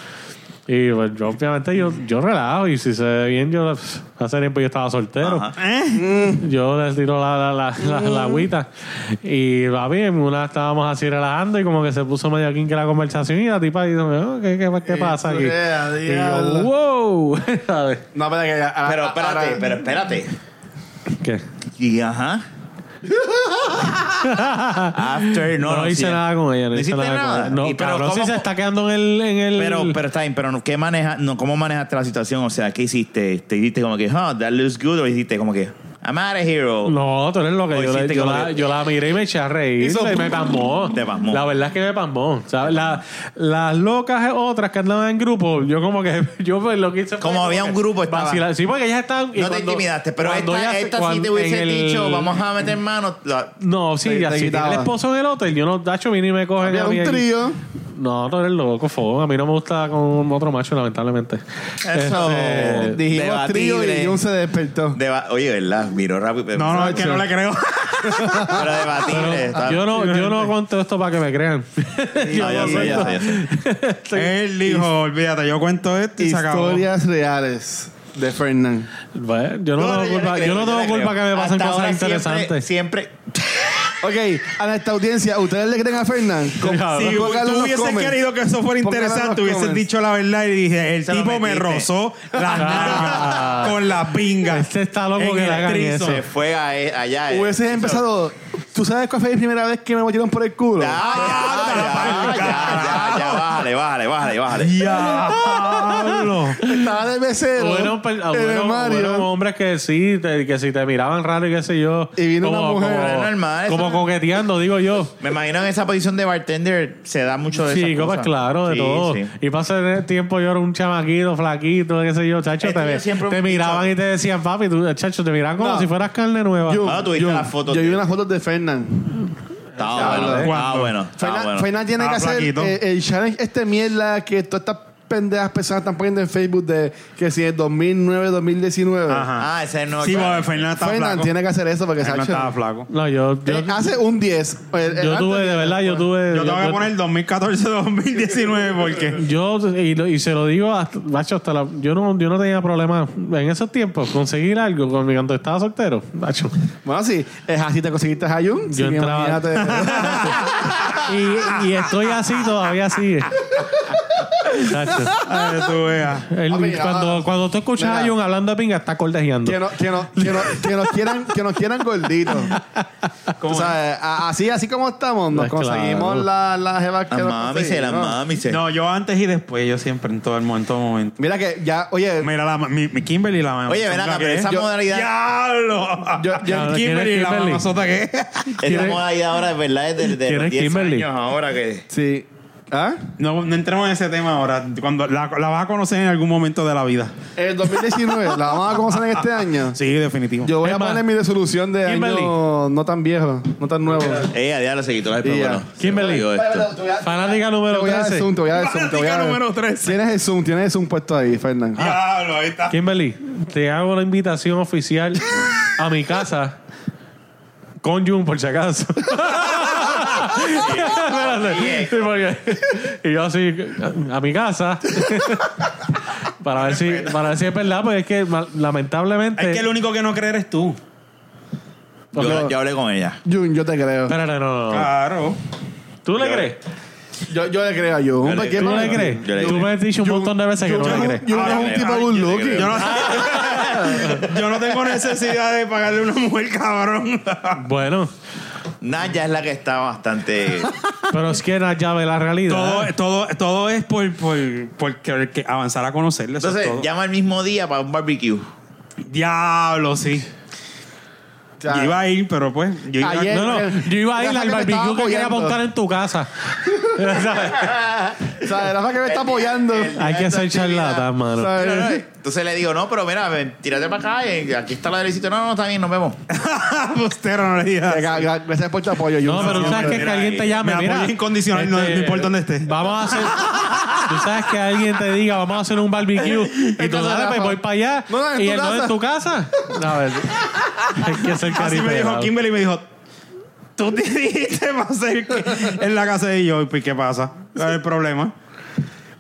S2: y pues yo, obviamente yo, yo relajo y si se ve bien yo pff, hace tiempo yo estaba soltero
S1: Ajá.
S2: yo les tiro la, la, la, la- la agüita y va bien una estábamos así relajando y como que se puso medio aquí que la conversación y la tipa dice oh, ¿qué, qué, qué pasa aquí?
S3: Yeah,
S2: y yo
S3: diablo.
S2: wow (laughs) ¿sabes?
S3: No, pero que.
S2: Ah,
S3: a- a-
S1: Pero
S3: ahora-
S1: espérate, pero espérate.
S2: ¿qué?
S1: Y
S2: (laughs)
S1: ajá. After, no,
S2: No,
S1: no,
S2: hice
S1: sí.
S2: nada con ella. No,
S1: ¿No
S2: hice
S1: hiciste
S2: nada, con
S1: nada?
S2: ella. No,
S1: ¿Y pero
S2: cabrón,
S1: cómo-
S2: sí se está quedando en el. En el
S1: Pero, pero está bien, pero ¿qué maneja, no, ¿cómo manejaste la situación? O sea, ¿qué hiciste? ¿Te hiciste como que, oh, that looks good? ¿O hiciste como que, I'm out of here? o-
S2: no, tú eres lo que
S1: ¿O
S2: yo, le-
S1: hiciste
S2: yo
S1: como
S2: la,
S1: que-
S2: yo la miré y me eché a reír.
S1: Hizo-
S2: y me pasmó.
S1: Te pasmó.
S2: La verdad es que me pasmó. ¿sabes? La- las locas otras que andaban en grupo, yo como que. (laughs) Yo pues, lo que hice. fue
S1: Como había
S2: que
S1: un grupo, estaba.
S2: vacilar. Sí, porque ellas estaban. y
S1: No te
S2: cuando-
S1: intimidaste, pero
S2: cuando
S1: esta,
S2: ellas-
S1: esta sí
S2: cuando-
S1: te hubiese
S2: en el-
S1: dicho, vamos a meter mano. la-
S2: No,
S3: Te-
S2: sí,
S3: te
S2: así. tiene
S3: quitaba.
S2: El esposo en el hotel, yo no, Dacho, vine y me cogen.
S3: Había
S2: a mí
S3: un
S2: allí.
S3: trío.
S2: No, tú eres loco, fogón. A mí no me gusta con otro macho, lamentablemente.
S1: Eso.
S2: Este,
S3: Dijimos trío
S1: Eh, Debatible.
S3: y Jun se despertó.
S1: Deba- Oye, ¿verdad? Miró rápido.
S4: No, no, es que no le creo.
S1: Pero
S2: Pero
S1: debatible. está-
S2: yo, no, yo no cuento esto para que me
S1: (laughs)
S2: crean.
S1: No, ya sé, ya sé, ya sé.
S4: Él dijo, olvídate, yo cuento esto y se acabó.
S3: Historias reales de Fernán.
S2: Bueno, yo
S1: No,
S2: no, tengo
S1: yo le
S2: culpa,
S1: creo,
S2: yo no
S1: yo
S2: tengo
S1: le
S2: culpa que
S1: creo.
S2: me pasen
S1: Hasta
S2: cosas
S1: ahora siempre-
S2: interesantes.
S1: Siempre.
S3: Ok, a nuestra audiencia, ¿ustedes le creen a Fernán? Com-
S4: Si
S3: pónganlo en los
S4: tú hubieses
S3: comments.
S4: querido que eso
S3: Pónganlo
S4: fuera
S3: en los
S4: interesante, hubieses
S3: comments.
S4: dicho la verdad y dije, el
S1: Se lo
S4: tipo me
S1: metiste. Ah.
S4: rozó las nalgas con la pinga.
S2: Este está loco
S4: En
S2: que
S4: el
S2: le hagan
S4: trizo.
S2: eso.
S1: Se fue a, e- allá. eh.
S3: Hubieses empezado. ¿Tú sabes cuál fue la primera vez que me metieron por el culo?
S1: Ya, ya, ya, ya, ya, ya, bájale, bájale, bájale, bájale.
S3: (laughs) Ah.
S2: (laughs)
S4: Diablo.
S3: Estaba de mesero.
S2: Bueno,
S4: pues,
S2: per- ah,
S3: en el
S2: bueno,
S3: Mario.
S2: bueno, hombres que sí, te- que si te miraban raro y qué sé yo.
S3: Y vino una mujer.
S1: Es normal, eso
S2: como
S1: es-
S2: coqueteando,
S1: (laughs)
S2: digo yo.
S1: Me imagino en esa posición de bartender se da mucho de
S2: Sí,
S1: esas
S2: como
S1: cosas.
S2: es claro, de
S1: Sí,
S2: todo.
S1: sí.
S2: Y pasé el tiempo yo era un chamaquito, flaquito, qué sé yo, chacho.
S1: Esto
S2: Te,
S1: yo
S2: ve-
S1: siempre
S2: te
S1: he
S2: miraban
S1: dicho.
S2: y te decían, papi, tú, chacho, te miraban como
S3: No.
S2: si fueras carne nueva.
S3: Yo-
S1: Ah, tuviste
S3: yo-
S1: las fotos
S3: Yo
S1: de-
S3: vi unas fotos de Fernán.
S1: Estaba Ah, bueno,
S2: ¿eh?
S1: estaba bueno, estaba
S3: Fernán
S1: Ah, bueno.
S3: Fernán tiene que
S4: Estaba
S3: hacer
S4: Ah, flaquito.
S3: eh, el challenge este mierda que todas estas pendejas personas están poniendo en Facebook de que si es 2009, 2019.
S4: Ajá.
S1: Ah, ese es el nuevo.
S4: Sí, porque Fernández estaba
S3: Fernán
S4: flaco.
S3: tiene que hacer eso porque
S4: Fernan
S3: Sacho-
S4: estaba flaco.
S2: No, yo, yo,
S3: Eh, hace un 10. El- el
S2: yo
S3: antes pues.
S2: tuve,
S3: y
S2: de verdad, yo
S3: después.
S2: tuve.
S4: Yo tengo que poner 2014-2019
S3: (laughs)
S4: porque...
S2: Yo, y, lo- y se lo digo, hasta, macho, hasta la- yo, no, yo no tenía problema en esos tiempos conseguir algo con, cuando estaba soltero. Macho.
S3: Bueno, sí, es así te conseguiste a Jun. sí, que
S2: entraba-
S3: imagínate.
S2: (laughs) Y, y estoy así, todavía sigue. Macho.
S4: Ay, tú veas.
S2: Él-
S3: Papi,
S2: cuando,
S3: ahora-
S2: cuando tú escuchas a
S3: Ah, Mira.
S2: John hablando de pinga, está cortejeando.
S3: que, no- que no- que no- que nos quieran, que nos quieran gorditos.
S4: ¿Cómo
S3: O sea, a- así, así como estamos, nos
S2: Pues
S3: conseguimos
S2: claro.
S3: la- las jevas que
S1: Las
S3: nos
S1: mamise, las
S3: conseguimos.
S1: mamise.
S4: No, yo antes y después, yo siempre, en todo el momento, en todo momento.
S3: Mira que ya, oye,
S4: Mira, la, mi, mi Kimberly y la mamá.
S1: Oye, ven acá, pero esa
S3: Yo-
S1: modalidad.
S4: ¡Diablo!
S3: Yo- yo-
S4: Kimberly, y la
S2: Kimberly?
S4: mamazota que
S1: Esa
S2: ¿Quieres-
S1: modalidad ahora es verdad, es de, de los
S2: ¿Quieres
S1: 10
S2: Kimberly?
S1: años ahora que.
S3: sí. ¿Ah?
S4: (laughs) No, no entremos en ese tema ahora. Cuando la, la vas a conocer en algún momento de la vida.
S3: El 2019, la vamos a conocer en este año.
S4: Sí, definitivo.
S3: Yo voy
S2: Es
S3: a
S2: más,
S3: poner mi resolución de
S2: Kimberly.
S3: año no tan viejo, no tan nuevo.
S1: Eh, a diablo se quitó la pero
S3: Sí, ya.
S1: bueno.
S2: Kimberly.
S1: digo esto.
S2: Fanática
S3: Te
S2: número
S3: voy a dar
S2: 13.
S3: zoom, te voy a dar zoom. te voy a
S4: Fanática
S3: dar-
S4: número Ah. 13.
S3: Tienes el zoom, tienes el zoom puesto ahí, Fernán.
S4: ¡Diablo! Ahí está.
S2: Kimberly, te hago la invitación oficial a mi casa con Jun, por si acaso. (laughs) Espérate. Sí, porque- y yo así, a mi casa. (laughs) para, ver si, para ver si es verdad, pues es que mal- lamentablemente.
S4: Es que el único que no cree eres tú.
S1: Yo, yo hablé con ella.
S3: Jun, yo te creo.
S2: Espérate,
S3: Oh.
S2: no, no,
S4: Ah,
S2: no.
S4: Claro.
S2: ¿Tú le
S1: Yo-
S2: crees?
S3: Yo, yo le creo a Jun.
S1: Yo le-
S3: ¿Por qué
S2: ¿Tú
S3: no?
S2: le crees?
S1: Yo le
S2: Tú
S1: creo.
S2: me has dicho un montón de veces que no
S3: Jun
S2: le
S3: es
S2: crees.
S3: un- Jun
S4: Ahora
S3: es
S4: le
S3: un
S4: creo.
S3: tipo good
S1: Yo le
S3: looking.
S1: creo.
S4: Yo
S3: (laughs)
S4: no, yo no tengo necesidad de pagarle a una mujer, cabrón.
S2: Bueno,
S1: Naya es la que está bastante.
S2: pero es que ya ve la
S4: todo,
S2: realidad.
S4: todo, todo es por, por, por que- que avanzar a conocerle. eso es
S1: Entonces,
S4: todo.
S1: llama el mismo día para un barbecue.
S4: Diablo, sí.
S3: O sea,
S4: Yo iba a ir, pero pues. Yo iba
S3: Ayer-
S2: No, no, yo iba a ir
S3: Rafa
S2: al
S3: que me
S2: barbecue
S3: estaba
S2: que quería
S3: apoyando.
S2: apuntar en tu casa. (laughs) ¿Sabes?
S3: O sea, Rafa que me está apoyando.
S2: Hay que ser charlatán,
S3: O
S2: mano.
S3: sea,
S1: No, no, no. Entonces le digo, no, pero mira, ven, tírate para acá. eh, Aquí está la delicita. No, no, está bien, nos vemos.
S4: a (laughs) Bustero, no le digas.
S3: te ca- gra- Gracias por tu apoyo, Jun.
S2: No, pero tú
S4: no,
S2: sabes que,
S4: mira,
S2: que alguien te
S4: eh,
S2: llame,
S4: me
S2: mira. Este,
S4: apoyo incondicional, no- no importa dónde esté.
S2: Vamos a hacer. Tú sabes que alguien te diga, vamos a hacer un
S4: (laughs)
S2: barbecue. Y tú
S3: Entonces,
S2: dale, pues
S3: Rafa.
S2: voy para allá.
S3: No, no, en
S2: y
S3: tu
S2: él no
S3: casa.
S2: en tu casa. A ver. (laughs) Hay que ser
S4: Así me dijo
S2: carita.
S4: Kimberly, me dijo, tú te dijiste para hacer que- en la casa de yo, ¿y pues, qué pasa? ¿Cuál es el problema?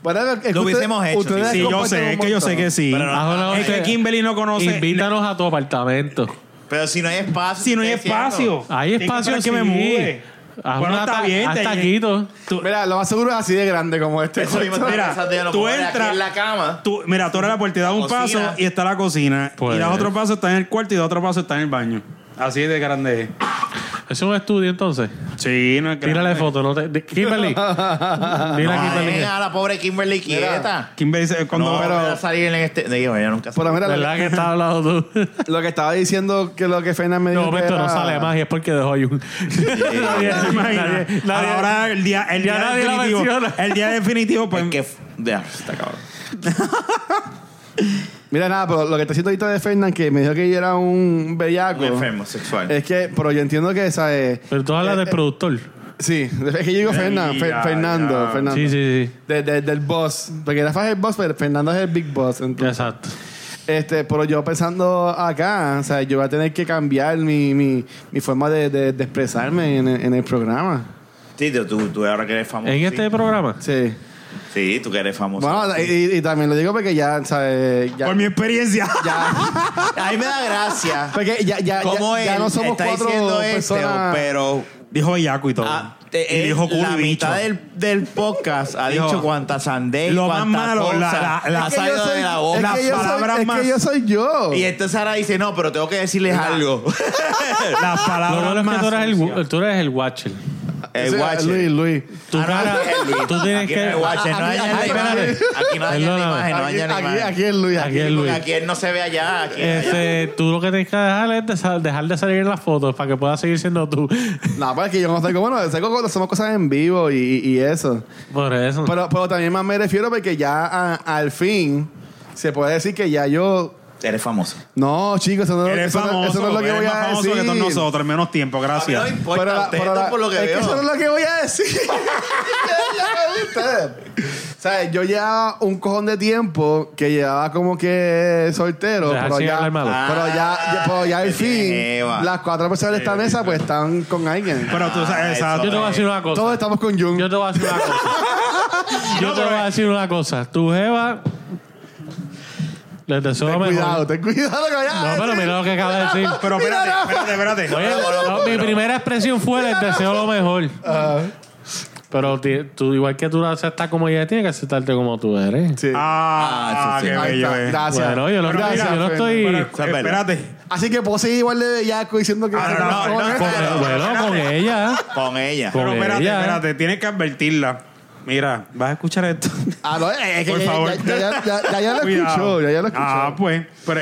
S3: Bueno, es que
S1: Lo hubiésemos
S3: usted-
S1: hecho,
S3: ustedes
S4: Sí, yo
S3: comparten un
S4: sé, es que yo sé
S3: montón.
S4: que sí.
S1: Pero no-
S2: Haz una
S4: es que
S2: orden.
S4: Kimberly no conoce.
S2: Invítanos a tu apartamento.
S1: Pero si no hay espacio.
S4: Si no hay
S1: estoy diciendo.
S4: espacio.
S2: Hay
S4: Tengo
S2: espacio
S4: para que me
S2: sí.
S4: mude.
S2: Haz
S4: Bueno,
S2: una
S4: está
S2: ta-
S4: bien.
S2: Haz
S4: te-
S2: taquitos.
S4: tú-
S3: Mira, lo más seguro es así de grande como este.
S1: Eso mismo estoy
S4: Mira,
S1: pensando, yo lo
S4: tú
S1: puedo ver aquí
S4: entras-
S1: en la cama.
S4: tú- mira, tú eres la puerta y das un
S1: Cocina.
S4: paso y está la cocina.
S2: Pues.
S4: Y das otro paso, está en el cuarto y das otro paso, está en el baño. Así de grande es.
S2: Es un estudio entonces.
S4: Sí, no es grande.
S2: Tírale foto, no te. de- Kimberly.
S4: (laughs)
S2: Dile a
S1: Ah,
S2: Kimberly.
S1: dejen
S2: que-
S1: a la pobre Kimberly quieta.
S4: Kimberly se- cuando...
S1: No,
S3: pero-
S1: pero a salir en este. Digo, ella
S4: Pues,
S1: nunca
S3: Pero
S1: sale.
S3: mira,
S2: ¿Verdad que estás hablando
S4: (laughs)
S2: tú?
S3: lo- lo que estaba diciendo, que lo que Fernández me
S2: De
S3: dijo. que
S2: momento no
S3: era-
S2: sale más y es porque dejó
S4: (laughs)
S2: Jun. (laughs) nadie,
S4: ¿Te imaginas?
S2: nadie, nadie-
S4: Ahora el día, el
S2: Ya
S4: día
S2: nadie la
S4: definitivo.
S2: menciona.
S4: El día definitivo, pues.
S1: Es que. Ya, está cabrón.
S3: Mira, nada, pero lo que está diciendo ahorita de Fernández, que me dijo que yo era un bellaco.
S4: pues,
S1: Un enfermo sexual.
S4: eh,
S3: Es que, pero yo entiendo que esa es.
S2: Pero tú hablas del productor.
S3: Sí, es que yo digo Fernan, Fer-
S4: Ya,
S3: Fernando,
S4: ya.
S3: Fernando.
S2: Sí, sí, sí.
S3: De- de- del boss. Porque Rafa es el boss, pero Fernando es el big boss. entonces.
S2: Exacto.
S3: Este, pero yo pensando acá, o sea, yo voy a tener que cambiar mi, mi, mi forma de, de- de expresarme en, el- en el programa.
S1: Sí, tú, tú, tú ahora que eres famoso.
S2: En
S1: sí.
S2: este programa.
S3: Sí.
S1: Sí, tú que eres famoso.
S3: Bueno, y, y- y también lo digo porque ya, ¿sabes? Ya,
S4: Por
S1: (laughs)
S4: mi experiencia.
S3: ya,
S1: a mí me da
S4: (laughs)
S1: gracia.
S4: Pues,
S3: porque ya, ya,
S1: Como
S3: ya, ya
S1: él
S3: no somos
S1: está
S3: cuatro
S1: diciendo
S3: personas.
S1: este, pero
S4: Dijo Yaco y todo.
S1: ah, te-
S4: y
S1: él,
S4: dijo culo
S1: la
S4: y bicho.
S1: mitad del, del podcast ha
S4: Dijo,
S1: dicho cuánta sandez,
S4: lo más
S1: cuánta
S4: malo, la-
S1: cosa
S4: la- la-
S1: ha
S3: Es que yo
S1: salido
S3: soy-
S1: de la boca.
S3: es que yo soy-
S4: palabras
S3: es
S4: más-
S3: que yo soy yo.
S1: Y entonces ahora dice, no, pero tengo que decirles
S3: (laughs)
S1: algo. (laughs)
S4: Las
S2: Lo
S4: palabras
S2: malo es que
S4: más
S2: tú eres
S4: sucias.
S2: el, tú eres el watcher.
S1: El
S3: Sí,
S1: Watcher.
S3: Luis, Luis.
S2: Tu
S1: Ah, no,
S2: cara,
S1: aquí es Luis.
S2: tú tienes
S1: Aquí
S2: que-
S1: no es Watcher, no hay
S3: Aquí- aquí-
S1: imagen. Aquí no hay imagen,
S2: Perdóname.
S1: no
S3: Aquí,
S1: hay
S3: aquí,
S1: imagen.
S3: aquí es Luis.
S2: Aquí es Luis.
S1: Porque aquí él no se ve allá. Aquí
S2: Este, tú lo que tienes que dejar es de sal- dejar de salir en las fotos para que puedas seguir siendo tú. (laughs)
S3: No, pero es que yo no sé cómo no, sé cómo hacemos cosas en vivo y, y eso.
S2: Por eso.
S3: Pero, pero también más me refiero porque ya a- al fin se puede decir que ya yo.
S1: Eres famoso.
S3: No, chicos, eso no,
S4: Eres
S3: eso no-
S4: famoso.
S3: eso no es lo que
S4: eres
S3: voy
S4: más
S3: a
S4: famoso
S3: decir.
S4: que todos nosotros en menos tiempo.
S1: A mí
S4: Gracias.
S1: no me
S3: Ah, Pero
S1: importa
S3: la-
S1: ustedes
S3: pero la-
S1: dos por lo que
S3: es
S1: veo.
S3: que eso no es lo que voy a decir. (laughs) Es lo que voy a decir. O sea, yo llevaba un cojón de tiempo que llevaba como que soltero,
S2: Dejar
S3: pero
S2: sin
S3: ya,
S2: hablar malo.
S3: pero ya, ya- pero ya al
S1: Ah,
S3: fin,
S1: Eva.
S3: las cuatro personas de esta mesa pues están con alguien.
S4: Pero tú
S1: Ah,
S4: sabes,
S1: eso.
S4: exacto.
S2: yo te voy a decir una cosa.
S3: Todos estamos con Jung.
S2: Yo te voy a decir una
S1: (laughs)
S2: cosa. Yo te voy a decir una cosa. Tu jeva. Les deseo
S3: Ten
S2: mejor.
S3: cuidado, ten cuidado que vaya.
S2: No, pero mira lo que acaba de decir.
S1: (laughs)
S4: Pero espérate, espérate, espérate.
S2: Oye, no, mi primera expresión fue les deseo lo mejor. Pero ti- tú, igual que tú la aceptas como ella, tiene que aceptarte como tú eres.
S3: Sí.
S1: Ah,
S4: Ah,
S1: sí, sí.
S4: qué
S3: Ahí
S4: bello
S3: está.
S4: eh. es.
S3: Gracias.
S2: Bueno, yo no,
S4: Pero
S2: yo
S4: mira,
S2: no
S3: Fer,
S2: estoy.
S4: Pero,
S1: verdad.
S4: espérate.
S3: Así que puedo seguir igual de bellaco diciendo que.
S4: Ah, no, no, no,
S3: Ahora-
S4: con-
S2: Bueno, bueno, con ella.
S1: Con ella.
S2: Con-
S4: Pero espérate,
S2: ella. ¿eh?
S4: espérate. Tienes que advertirla. Mira, vas a escuchar esto.
S3: Ah, no, eh, es que
S4: Por
S3: ya-
S4: favor.
S3: Ya, ya, ya, ya, ya lo
S4: (laughs) Cuidado.
S3: escuchó, ya, ya lo escuchó.
S4: Ah, pues. Pero,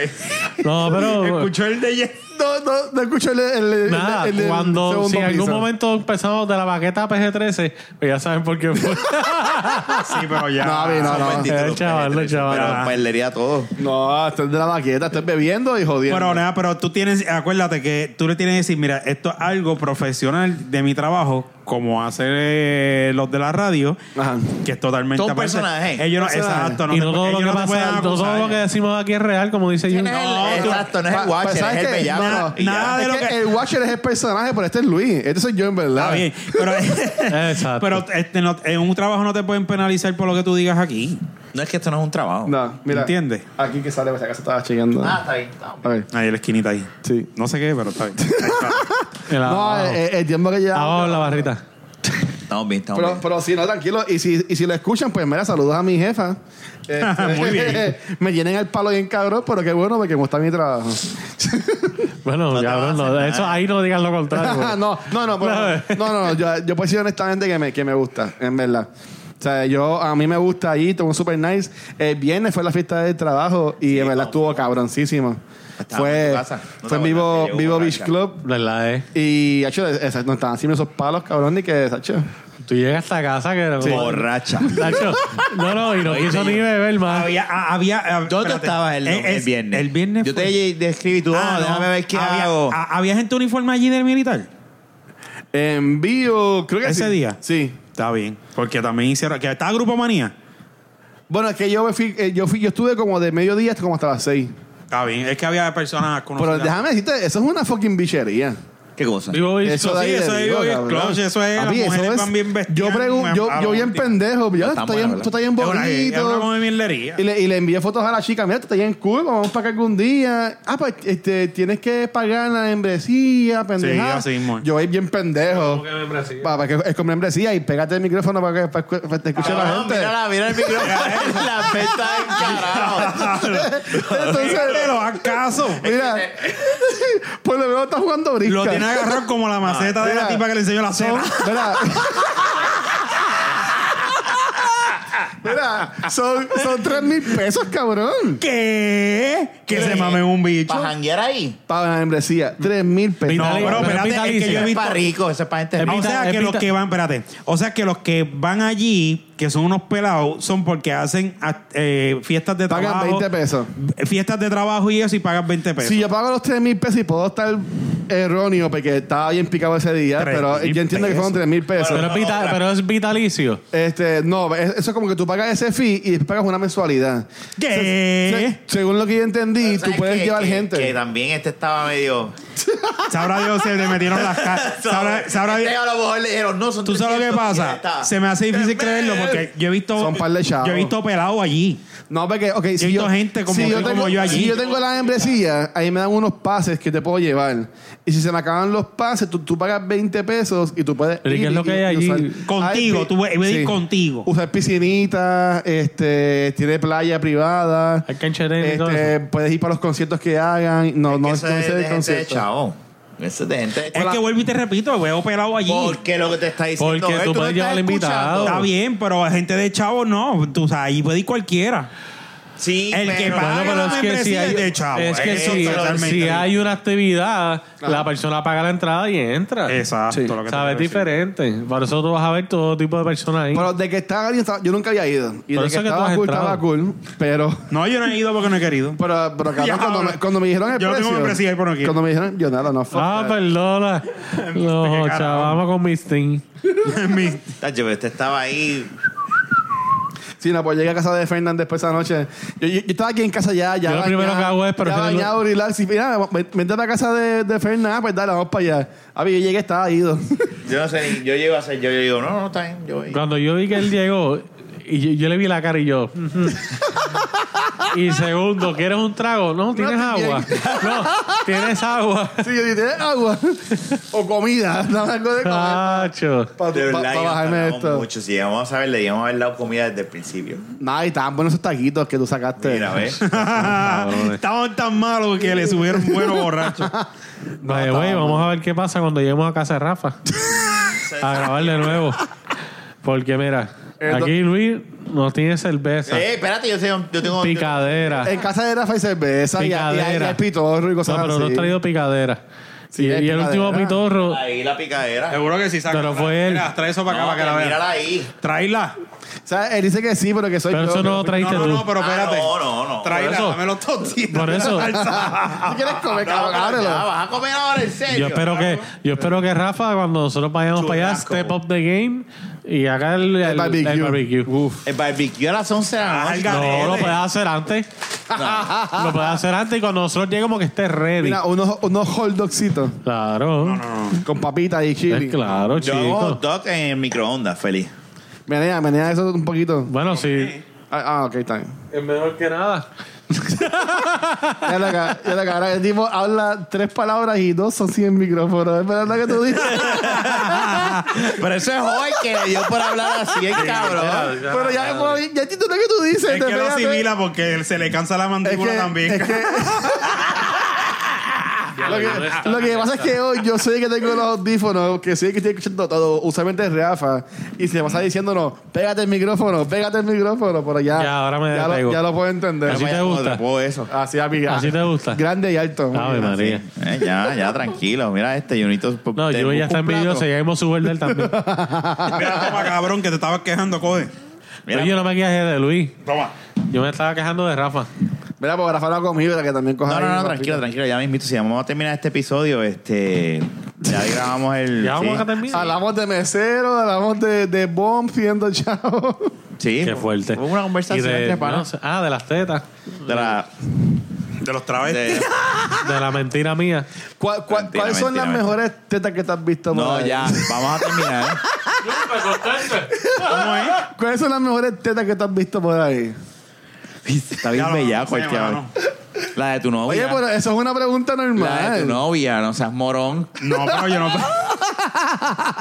S2: No, pero.
S4: escuchó el de ella.
S3: No, no, no escucho el, el, el-
S2: Nada,
S3: el- el
S2: cuando
S3: segundo
S2: si en algún
S3: piso.
S2: momento empezamos de la baqueta a PG-13, pues ya saben por qué fue.
S4: Sí, pero ya.
S3: No, a mí no,
S1: Son
S3: no.
S1: 23,
S2: Eh, chaval,
S1: 23,
S2: chaval.
S1: Pero perdería todo.
S3: No, estás de la maqueta, estás bebiendo y jodiendo.
S4: Pero nada, pero tú tienes, acuérdate que tú le tienes que decir, mira, esto es algo profesional de mi trabajo, como hacen eh, los de la radio,
S3: Ajá.
S4: que es totalmente
S1: Son
S4: aparte.
S1: personaje.
S4: Ellos no,
S3: Personaje.
S4: exacto, no
S2: y
S4: te-
S2: no todo lo
S4: ellos
S2: que
S4: no te pueden
S2: pasa, no
S4: acusar.
S2: todo lo que decimos aquí es real, como dice Jun.
S1: No,
S3: tú-
S1: exacto, no es
S3: pa-
S1: el Watcher,
S3: pues, ¿sabes
S1: es el
S3: qué?
S1: bellaco.
S4: Na-
S1: Y ya.
S4: nada Ah, de
S3: Es
S4: lo
S3: que
S4: que.
S3: el Watcher es el personaje, pero este es Luis. Este soy yo, en verdad.
S4: Está bien, pero,
S2: (laughs) Exacto.
S4: pero este, no- en un trabajo no te pueden penalizar por lo que tú digas aquí.
S1: No es que esto no es un trabajo.
S3: No, mira.
S4: ¿Entiendes?
S3: Aquí que sale, pues acá se estaba chequeando.
S1: Ah, está bien. está bien.
S3: A ver.
S4: Ahí la esquinita ahí.
S3: Sí.
S4: No sé qué, pero está bien. Ahí está.
S2: El
S3: No, eh,
S2: abajo.
S3: el, el tiempo que llevamos.
S2: Abajo en la barrita.
S1: Estamos bien, estamos
S3: Pero,
S1: bien.
S3: pero sí, no, tranquilo. Y si, y si lo escuchan, pues mira, saludos a mi
S1: (laughs)
S3: jefa. Este,
S4: Muy bien.
S3: (laughs) me llenen el palo bien cabrón, pero qué bueno, porque como está mi trabajo.
S2: Bueno,
S1: No te
S2: cabrón,
S1: vas a
S2: no,
S1: hacer
S2: eso
S1: nada.
S2: ahí no digas lo contrario.
S3: no,
S2: porque-
S3: (laughs) no, no, pero-
S2: ¿Sabes?
S3: no, no, no, yo, yo puedo decir honestamente que me, que me gusta, en verdad. O sea, yo, a mí me gusta allí, estuvo super nice. El viernes fue la fiesta del trabajo y en verdad estuvo cabroncísimo.
S1: Estaba en
S3: Fue,
S1: tu casa. No te
S3: fue en
S1: acuerdas
S3: vivo,
S1: que llegó
S3: vivo
S1: borracha.
S3: Beach Club
S2: ¿Verdad, eh?
S3: y, hecho, no estaban haciendo esos palos, cabrón, ni que, hecho.
S2: Tú llegas a casa que...
S1: Borracha.
S2: Nacho, no, no, y no quiso ni beber más.
S4: había, ah, había. ah,
S1: ¿Dónde
S4: espérate.
S1: estabas el,
S4: Eh,
S1: el
S4: es-
S1: viernes?
S4: El viernes.
S1: Yo
S4: fue-
S1: te describí tú,
S4: Ah,
S1: ah,
S4: no.
S1: déjame ver qué
S4: había,
S1: hago.
S4: ah, ¿Había gente uniforme allí del militar?
S3: En vivo, creo que
S4: ¿Ese
S3: sí.
S4: día?
S3: Sí.
S4: Está bien. Porque también hicieron. Que estaba Grupo Manía.
S3: Bueno, es que yo me fui, eh, yo fui, yo estuve como de mediodía hasta como hasta las seis.
S4: Está bien. Es que había personas
S3: Pero
S4: conocidas.
S3: déjame decirte, eso es una fucking bichería.
S1: ¿Qué cosa? Ah,
S2: Vivo y-
S4: Eso Pues, sí,
S3: ahí
S4: eso
S3: de
S4: es
S3: vivo,
S4: Bobby
S3: cabrón.
S4: Clutch, eso es, las
S3: Papi,
S4: mujeres
S3: eso es-
S4: van bien vestidas,
S3: Yo, pregun-
S4: me-
S3: yo,
S4: a
S3: yo
S4: los
S3: bien
S4: tipos.
S3: pendejo, yo,
S1: Está
S3: estoy bien,
S1: buena,
S3: tú estás bien
S4: Es una- es una
S3: bonito.
S4: como mierdería. (laughs)
S3: Y le, y le envié fotos a la chica, mira, tú estás bien cool, vamos para acá algún día. Ah, pues este, tienes que pagar la membresía, pendeja.
S4: así mismo.
S3: yo voy bien pendejo. Para que es con membresía y pégate el micrófono para que, para que- para que te escuche la
S1: Cabrón,
S3: gente.
S1: mírala, Ah, mira el micrófono. (laughs) la pesta encarado.
S3: (laughs) Entonces,
S4: Pero haz caso.
S3: mira,
S1: (laughs)
S3: por lo menos está jugando brisca.
S4: Lo
S3: (laughs)
S4: tiene agarrado como la maceta de
S3: Mira.
S4: la tipa que le enseñó la
S3: Son-
S4: cena.
S3: Mira. Mira, son, son 3 mil pesos, cabrón.
S4: ¿Qué? Que se
S1: ¿Qué?
S4: mame un bicho.
S1: ¿Para janguear ahí?
S3: Para la membresía, 3 mil pesos.
S4: No,
S2: Vitalicia,
S4: pero
S2: pero
S4: espérate, es que
S2: vitalicia.
S4: yo he
S1: Es
S4: visto.
S1: para rico, eso es para gente
S2: Es
S1: rica.
S4: Ah, O
S2: Pita-
S4: sea que
S2: pita-
S4: los que van, espérate. O sea que los que van allí, que son unos pelados, son porque hacen act- eh, fiestas de
S3: Pagan
S4: trabajo.
S3: 20 pesos.
S4: Fiestas de trabajo y eso y pagan 20 pesos.
S3: Si yo pago los 3 mil pesos y puedo estar erróneo porque estaba bien picado ese día,
S4: Tres
S3: pero
S4: mil
S3: yo entiendo que fueron
S4: pesos.
S3: 3 mil pesos.
S2: Pero es, vita- pero es vitalicio.
S3: Este, no, es- eso es como que tú pagas ese fee y después pagas una mensualidad.
S4: ¿Qué?
S3: Se- se- según lo que yo entendí, tú
S1: ¿Sabes
S3: puedes
S1: qué?
S3: llevar
S1: Que-
S3: gente.
S1: Que también este estaba medio.
S4: Sabrá Dios se le metieron
S1: (laughs)
S4: las caras. (laughs) Sabrá, sabrá Dios.
S1: Este a lo mejor le dijeron, no, son
S4: ¿Tú sabes lo que
S1: 300, y
S4: pasa?
S1: está.
S4: Se me hace
S1: Tres
S4: difícil creerlo
S1: mil.
S4: porque yo he visto.
S3: Son par de chavos.
S4: Yo he visto pelado allí.
S3: No, porque, ok, si
S4: visto gente como
S3: si
S4: tú y
S3: tengo,
S4: como yo allí.
S3: Si yo tengo la membresía, ahí me dan unos pases que te puedo llevar. Y si se me acaban los pases, tú, tú pagas 20 pesos y tú puedes.
S2: Pero ¿y qué es lo que hay allí?
S4: Contigo,
S3: pi-
S4: tú puedes- voy a ir contigo.
S3: Usar piscinita, este, tiene playa privada.
S2: Hay cancherén y todo
S3: este,
S2: eso.
S3: Puedes ir para los conciertos que hagan. No, no,
S1: Que
S3: no
S1: eso es
S3: sé
S1: de gente
S3: de
S1: de
S3: conciertos.
S1: chao. Eso es de gente de
S4: Es que vuelvo y te repito, veo pelado allí.
S1: Porque lo que te está diciendo
S2: Porque
S1: él, no
S2: tú puedes
S1: estás
S2: llevar al invitado.
S1: escuchando.
S4: Está bien, pero gente de chavo no. Tú sabes, ahí puede ir cualquiera.
S1: Sí,
S4: El que
S1: pero-
S4: paga-
S2: Bueno, pero
S4: la
S2: es que si
S4: membresía
S2: hay,
S4: de chavo, eh,
S2: es que
S4: eso
S2: si,
S4: totalmente.
S2: si hay una actividad, la persona paga la entrada y entra.
S4: Exacto, lo que te
S2: ¿Sabes?
S4: quiero decir.
S2: Diferente. Por eso tú vas a ver todo tipo de personas ahí.
S3: Pero de que estaba alguien, estaba- yo nunca había ido. Y
S2: Por eso
S3: de que
S2: es que tú
S3: estaba
S2: has
S3: cool,
S2: entrado.
S3: estaba cool. Pero.
S4: No, yo no he ido porque no he querido. (laughs)
S3: Pero, pero cabrón,
S4: Ya,
S3: cuando,
S4: ahora.
S3: me, cuando me dijeron el
S4: Yo no tengo
S3: precio.
S4: membresía ahí, pero no quiero.
S3: Cuando me dijeron, yo nada, no fuck
S2: ah,
S3: that.
S2: perdona. no,
S4: eh, Qué carajo.
S2: chaval, vamos con mis team.
S4: Mi-
S1: Tacho, pero este estaba ahí.
S3: Sí, no, pues llegué a casa de Fernández después esa noche. Yo, yo- yo estaba aquí en casa ya, ya.
S2: Yo lo primero que hago es, pero
S3: Ya
S2: Fernan-
S3: bañado, relax. Y mira, ven- vente a la casa de, de Fernández, pues dale, vamos para allá. A ver, yo llegué, estaba ido. (laughs)
S1: Yo no sé, ni- yo llego a hacer, yo, yo digo, no, no, está bien, yo voy.
S2: Cuando yo vi que él llegó, y yo, yo le vi la cara y yo. "Ujú". y segundo, ¿quieres un trago? No, tienes
S3: estoy
S2: agua. no, tienes agua.
S3: sí, yo dije, "¿Tienes agua. (laughs) o comida, (laughs) dame algo de
S2: Ah.
S3: comer.
S2: Tacho.
S3: Para
S1: De verdad, yo
S3: bajarme
S1: tardamos
S3: esto.
S1: mucho. Si llegamos a saber, le íbamos a haber dado comida desde el principio.
S3: Nada, y estaban buenos esos taquitos que tú sacaste.
S1: Mira,
S4: (laughs)
S1: ¿ves?
S4: Estaban tan malos que le subieron bueno borracho.
S2: Vaya, güey, vamos a ver qué pasa cuando lleguemos a casa de Rafa.
S4: Ah,
S2: a grabar de nuevo. Porque mira,
S3: Eh,
S2: aquí Luis no tiene cerveza,
S1: Eh, espérate, yo, sé, yo tengo.
S2: picadera.
S3: En casa de Rafa y cerveza, y, y, y,
S2: Picadera.
S3: hay pitorro y
S2: No,
S3: eh, cosas
S2: pero no
S3: así.
S2: he traído picadera.
S3: Sí,
S2: y,
S3: hay
S2: y el
S3: picadera.
S2: último pitorro,
S1: Ahí la picadera.
S4: (laughs) Seguro que sí saca.
S2: Pero fue él.
S4: Mira, trae eso para acá
S1: No,
S4: para que la
S1: pero
S4: veas.
S1: mírala ahí.
S4: Tráela.
S3: O sea, él dice que sí, pero que soy
S2: pero
S3: yo.
S2: eso no lo
S3: (laughs) que-
S4: No,
S2: traíste
S4: no,
S2: tú.
S4: no, pero
S1: Ah,
S4: espérate.
S1: no, no, no.
S2: Por
S4: Tráela,
S2: eso.
S4: dámelo tostito.
S2: Por
S4: (laughs)
S2: eso. (laughs)
S3: ¿Tú quieres comer,
S1: No,
S3: cabrón?
S1: pero
S3: Ábrelo.
S1: ya, vas a comer ahora en serio.
S2: Yo espero que, yo espero que Rafa, cuando nosotros vayamos para allá,
S1: Churrasco.
S2: step up the game y haga el, el- el barbecue.
S3: barbecue.
S2: Uf.
S1: El barbecue a las 11 de la
S4: Ah, el
S1: noche. pues,
S4: gar-
S2: No,
S4: Dale.
S2: lo puedes hacer antes. Lo puedes hacer antes y cuando nosotros lleguemos que esté ready.
S3: Mira, unos, unos hot dogsitos
S2: Claro.
S3: con papitas y
S2: Es
S3: chili.
S2: claro,
S1: Yo hago
S2: chico.
S1: hot dog en el microondas, feliz.
S3: Menea, menea eso un poquito.
S2: Bueno, sí.
S3: Ah, ah, ok, está bien.
S2: Es mejor que nada.
S3: Ya la ca- ya la cara. El tipo habla tres palabras y dos son 100 micrófonos. Espera lo que
S2: (laughs)
S3: tú dices.
S1: Pero eso es hoy que le dio por hablar así, el cabrón.
S3: Pero ya, pues, ya entiendo lo que tú dices.
S4: Es que lo
S3: espérate.
S4: asimila porque él se le cansa la
S3: Es
S4: mandíbula
S3: que-
S4: también.
S3: es que- Lo que, lo que pasa es que hoy yo soy el que tengo los audífonos, que soy el que estoy escuchando todo, usualmente es Rafa, y se pasa diciéndonos, pégate el micrófono, pégate el micrófono, pero ya,
S2: Ya, ahora me
S3: ya,
S2: despego.
S3: lo, ya lo puedo entender.
S2: Así te
S1: Vaya,
S2: gusta.
S1: joder, puedo eso.
S3: Así, amiga.
S2: ¿Así te Ah, gusta?
S3: Grande y alto.
S2: Ave María.
S1: Eh, ya, ya, tranquilo. Mira este, Junito.
S2: No,
S1: te
S2: yo ya
S1: busco
S2: está
S1: un plato.
S2: envidioso, ya hemos subido
S1: (laughs)
S2: él también.
S4: Mira, toma, cabrón, que te estabas quejando, coge.
S2: Pero yo no me quejé de Luis.
S4: Toma.
S2: Yo me estaba quejando de Rafa.
S3: Mira, porque Rafa no ha comido, que también coja
S1: No, no,
S3: ahí,
S1: no,
S3: papita.
S1: tranquilo, tranquilo. Ya mismito, si vamos a terminar este episodio, este. Ya grabamos el.
S2: Ya vamos
S1: sí,
S2: a terminar.
S3: Hablamos de mesero, hablamos de, de bomb siendo chavo.
S1: Sí.
S2: Qué fuerte.
S1: Hubo una conversación
S2: Y de-
S1: entre panas.
S2: no, ah, de las tetas.
S1: De la.
S4: De los travestis.
S1: de-
S2: De la mentira mía.
S3: ¿Cuál- cuál-
S1: Mentira,
S3: ¿Cuáles son
S1: mentira,
S3: las
S1: mentira.
S3: mejores tetas que te has visto? por
S1: no,
S3: ahí?
S1: ya, vamos a terminar.
S4: ¿Cómo es?
S3: ¿Cuáles son las mejores tetas que te has visto por ahí?
S1: Está
S4: Ya
S1: bien
S4: lo-
S1: bellaco el
S4: sí,
S1: cabrón.
S4: mano.
S1: La de tu novia.
S3: Oye, pero eso es una pregunta
S1: la de tu
S3: normal.
S1: novia, no seas morón.
S4: No, pero yo no.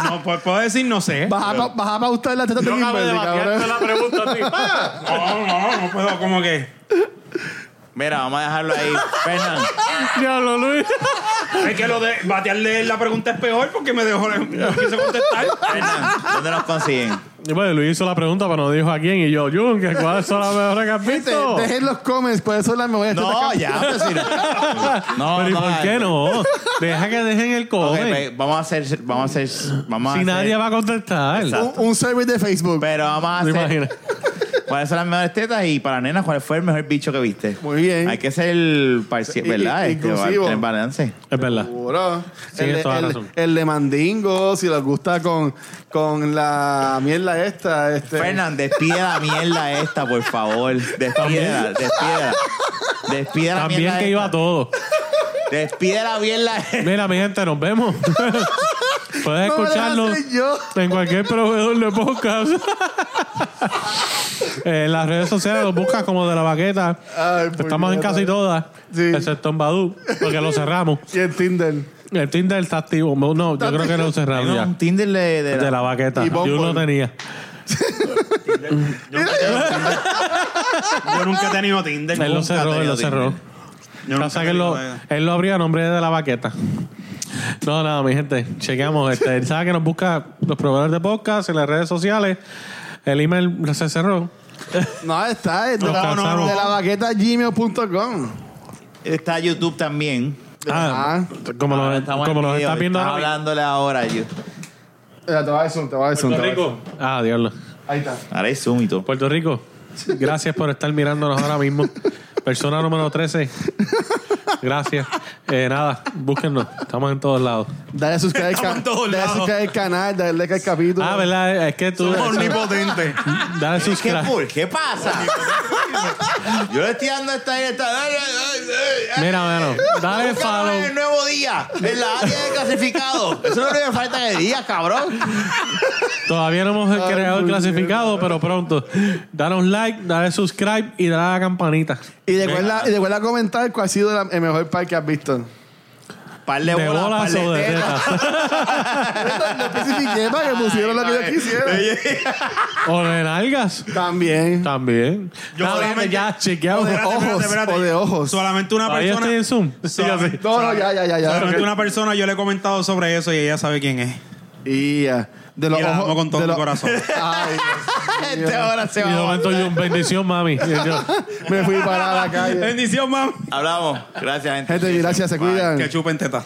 S4: No, pues puedo decir no sé.
S3: Vas a, pa- vas a pautar las tetas de Kimberly, cabrón.
S4: (laughs) No, no, no puedo, como que.
S1: Mira, vamos a dejarlo ahí. Fernan,
S2: Diablo, Luis.
S4: Es que lo de batearle la pregunta es peor porque me dejó. No quise contestar.
S1: Fernan, ¿dónde nos consiguen?
S2: Y bueno, Luis hizo la pregunta, pero no dijo a quién. Y yo, Jun, que ¿cuáles son las mejores que has
S3: Gente,
S2: visto?
S3: dejen los comments, ¿cuáles son las mejores tetas
S1: No,
S3: que
S1: ya, pues, sí. No,
S2: Pero ¿y
S1: no,
S2: por qué no? Deja que dejen el
S1: Ok,
S2: cobre.
S1: pues, vamos a hacer. Vamos a hacer. Vamos a
S2: si
S1: hacer-
S2: nadie va a contestar.
S1: Exacto.
S3: Un, un survey de Facebook.
S1: Pero vamos a
S2: ¿Te
S1: hacer.
S2: imaginas?
S1: (laughs) ¿Cuáles son las mejores tetas? Y para nenas, ¿cuál fue el mejor bicho que viste?
S3: Muy bien.
S1: Hay que ser parcial,
S3: Y-
S1: ¿verdad?
S3: y-
S1: Este,
S3: inclusivo.
S1: tener balance.
S2: Es verdad.
S3: Seguro.
S2: Sí,
S3: el, de-
S2: toda
S3: el-
S2: razón.
S3: el de Mandingo, si les gusta con, con la mierda esta. Este,
S1: Fernan, despide la mierda esta, por favor. Despídela, despídela. Despide la
S2: También
S1: mierda
S2: que iba a
S1: esta.
S2: todo.
S1: Despide la mierda esta.
S2: Mira, mi gente, nos
S3: (laughs)
S2: vemos. Puedes
S3: No me la
S2: escucharlo
S3: sé yo.
S2: en cualquier proveedor de
S3: (laughs)
S2: podcast. Eh, en las redes sociales los buscas como de la baqueta.
S3: Ay,
S2: Estamos en
S3: puñeta.
S2: casi todas,
S3: Sí.
S2: excepto en Badu, porque lo cerramos.
S3: Y el Tinder.
S2: El Tinder está activo. No, No, yo creo que lo cerraron
S1: Era
S2: ya.
S1: un Tinder de, de la-
S2: De la baqueta.
S3: Y
S2: Yo
S3: Bumble.
S2: lo tenía.
S4: Yo nunca he tenido Tinder.
S2: Él lo
S4: nunca he
S2: cerró, él
S4: tenido
S2: lo cerró.
S4: Tinder. Yo nunca
S2: Pasa
S4: he
S2: que él
S4: tenido-
S2: lo, él lo abría a nombre de la baqueta. No, nada, mi gente. Chequeamos. Este, él sabe que nos busca los proveedores de podcast en las redes sociales. El email se cerró.
S3: No, está. Es de,
S2: Nos
S3: la,
S2: cansamos.
S3: de la baqueta gmail.com.
S1: Está YouTube también.
S2: Ah, como
S1: Ahora
S2: nos,
S1: estamos
S2: como
S1: en
S2: nos
S1: video,
S2: está viendo
S1: estaba
S2: ahora.
S1: hablándole ahora a you.
S3: Mira, Te va a decir, te va a decir. te va a decir.
S2: Ah, diablo.
S3: Ahí está.
S1: Ahora es Zoom y todo.
S2: Puerto Rico, gracias por estar mirándonos ahora mismo. Persona número 13. Gracias. Eh, nada, búsquennos. Estamos en todos lados.
S3: Dale a suscribir al
S4: (laughs) Estamos
S3: ca-
S4: en todos
S3: dale a
S4: lados.
S3: suscribir al canal, dale like al capítulo.
S2: Ah, ¿verdad? Es que tú.
S4: Somos
S3: (laughs)
S4: omnipotentes.
S2: Dale
S1: ¿Qué,
S2: subscribe.
S1: por, ¿Qué pasa? Yo le estoy dando esta directa. Dale, dale, dale, dale.
S2: Mira, mano. Dale
S1: Búscalo en el
S2: follow.
S1: nuevo día, en la área de clasificado. Eso es lo único que falta de día, cabrón.
S2: Todavía no hemos creado el
S3: puñeta.
S2: clasificado, pero pronto. Danos like, dale subscribe y dale a la campanita.
S3: Y recuerda, y recuerda comentar cuál ha sido la- el mejor par que has
S4: (laughs)
S3: visto.
S1: Par de
S2: De
S1: bolas, par
S2: bolas
S1: de
S2: o de
S1: tetas.
S2: tetas.
S3: No especifiqué para que pusieron lo que yo quisiera.
S2: O de nalgas.
S3: También.
S2: También.
S4: Yo
S2: Nada,
S4: solamente-
S2: ya, chequeamos.
S3: Joder,
S4: Espérate, espérate,
S3: ojos,
S4: espérate.
S3: o de ojos.
S4: Solamente una
S2: Todavía
S4: persona.
S2: estoy en Zoom.
S4: Solamente-
S3: No, no, ya, ya, ya, ya.
S4: solamente una persona yo le he comentado sobre eso y ella sabe quién es.
S3: Y ya. De los
S4: Y la amo
S3: ojos.
S4: con todo
S3: de
S4: mi
S3: los- (laughs)
S4: corazón.
S3: Ay,
S1: Este ahora se
S2: Y de
S1: va.
S2: momento yo, bendición, mami. Y yo,
S4: (laughs)
S3: me fui para la calle.
S4: Bendición, mam.
S1: Hablamos. Gracias, gente.
S3: Gente, gracias, se cuidan.
S4: Que chupen teta.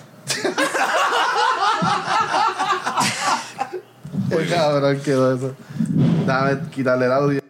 S3: Qué cabrón quedó eso. Dame, quitarle el audio.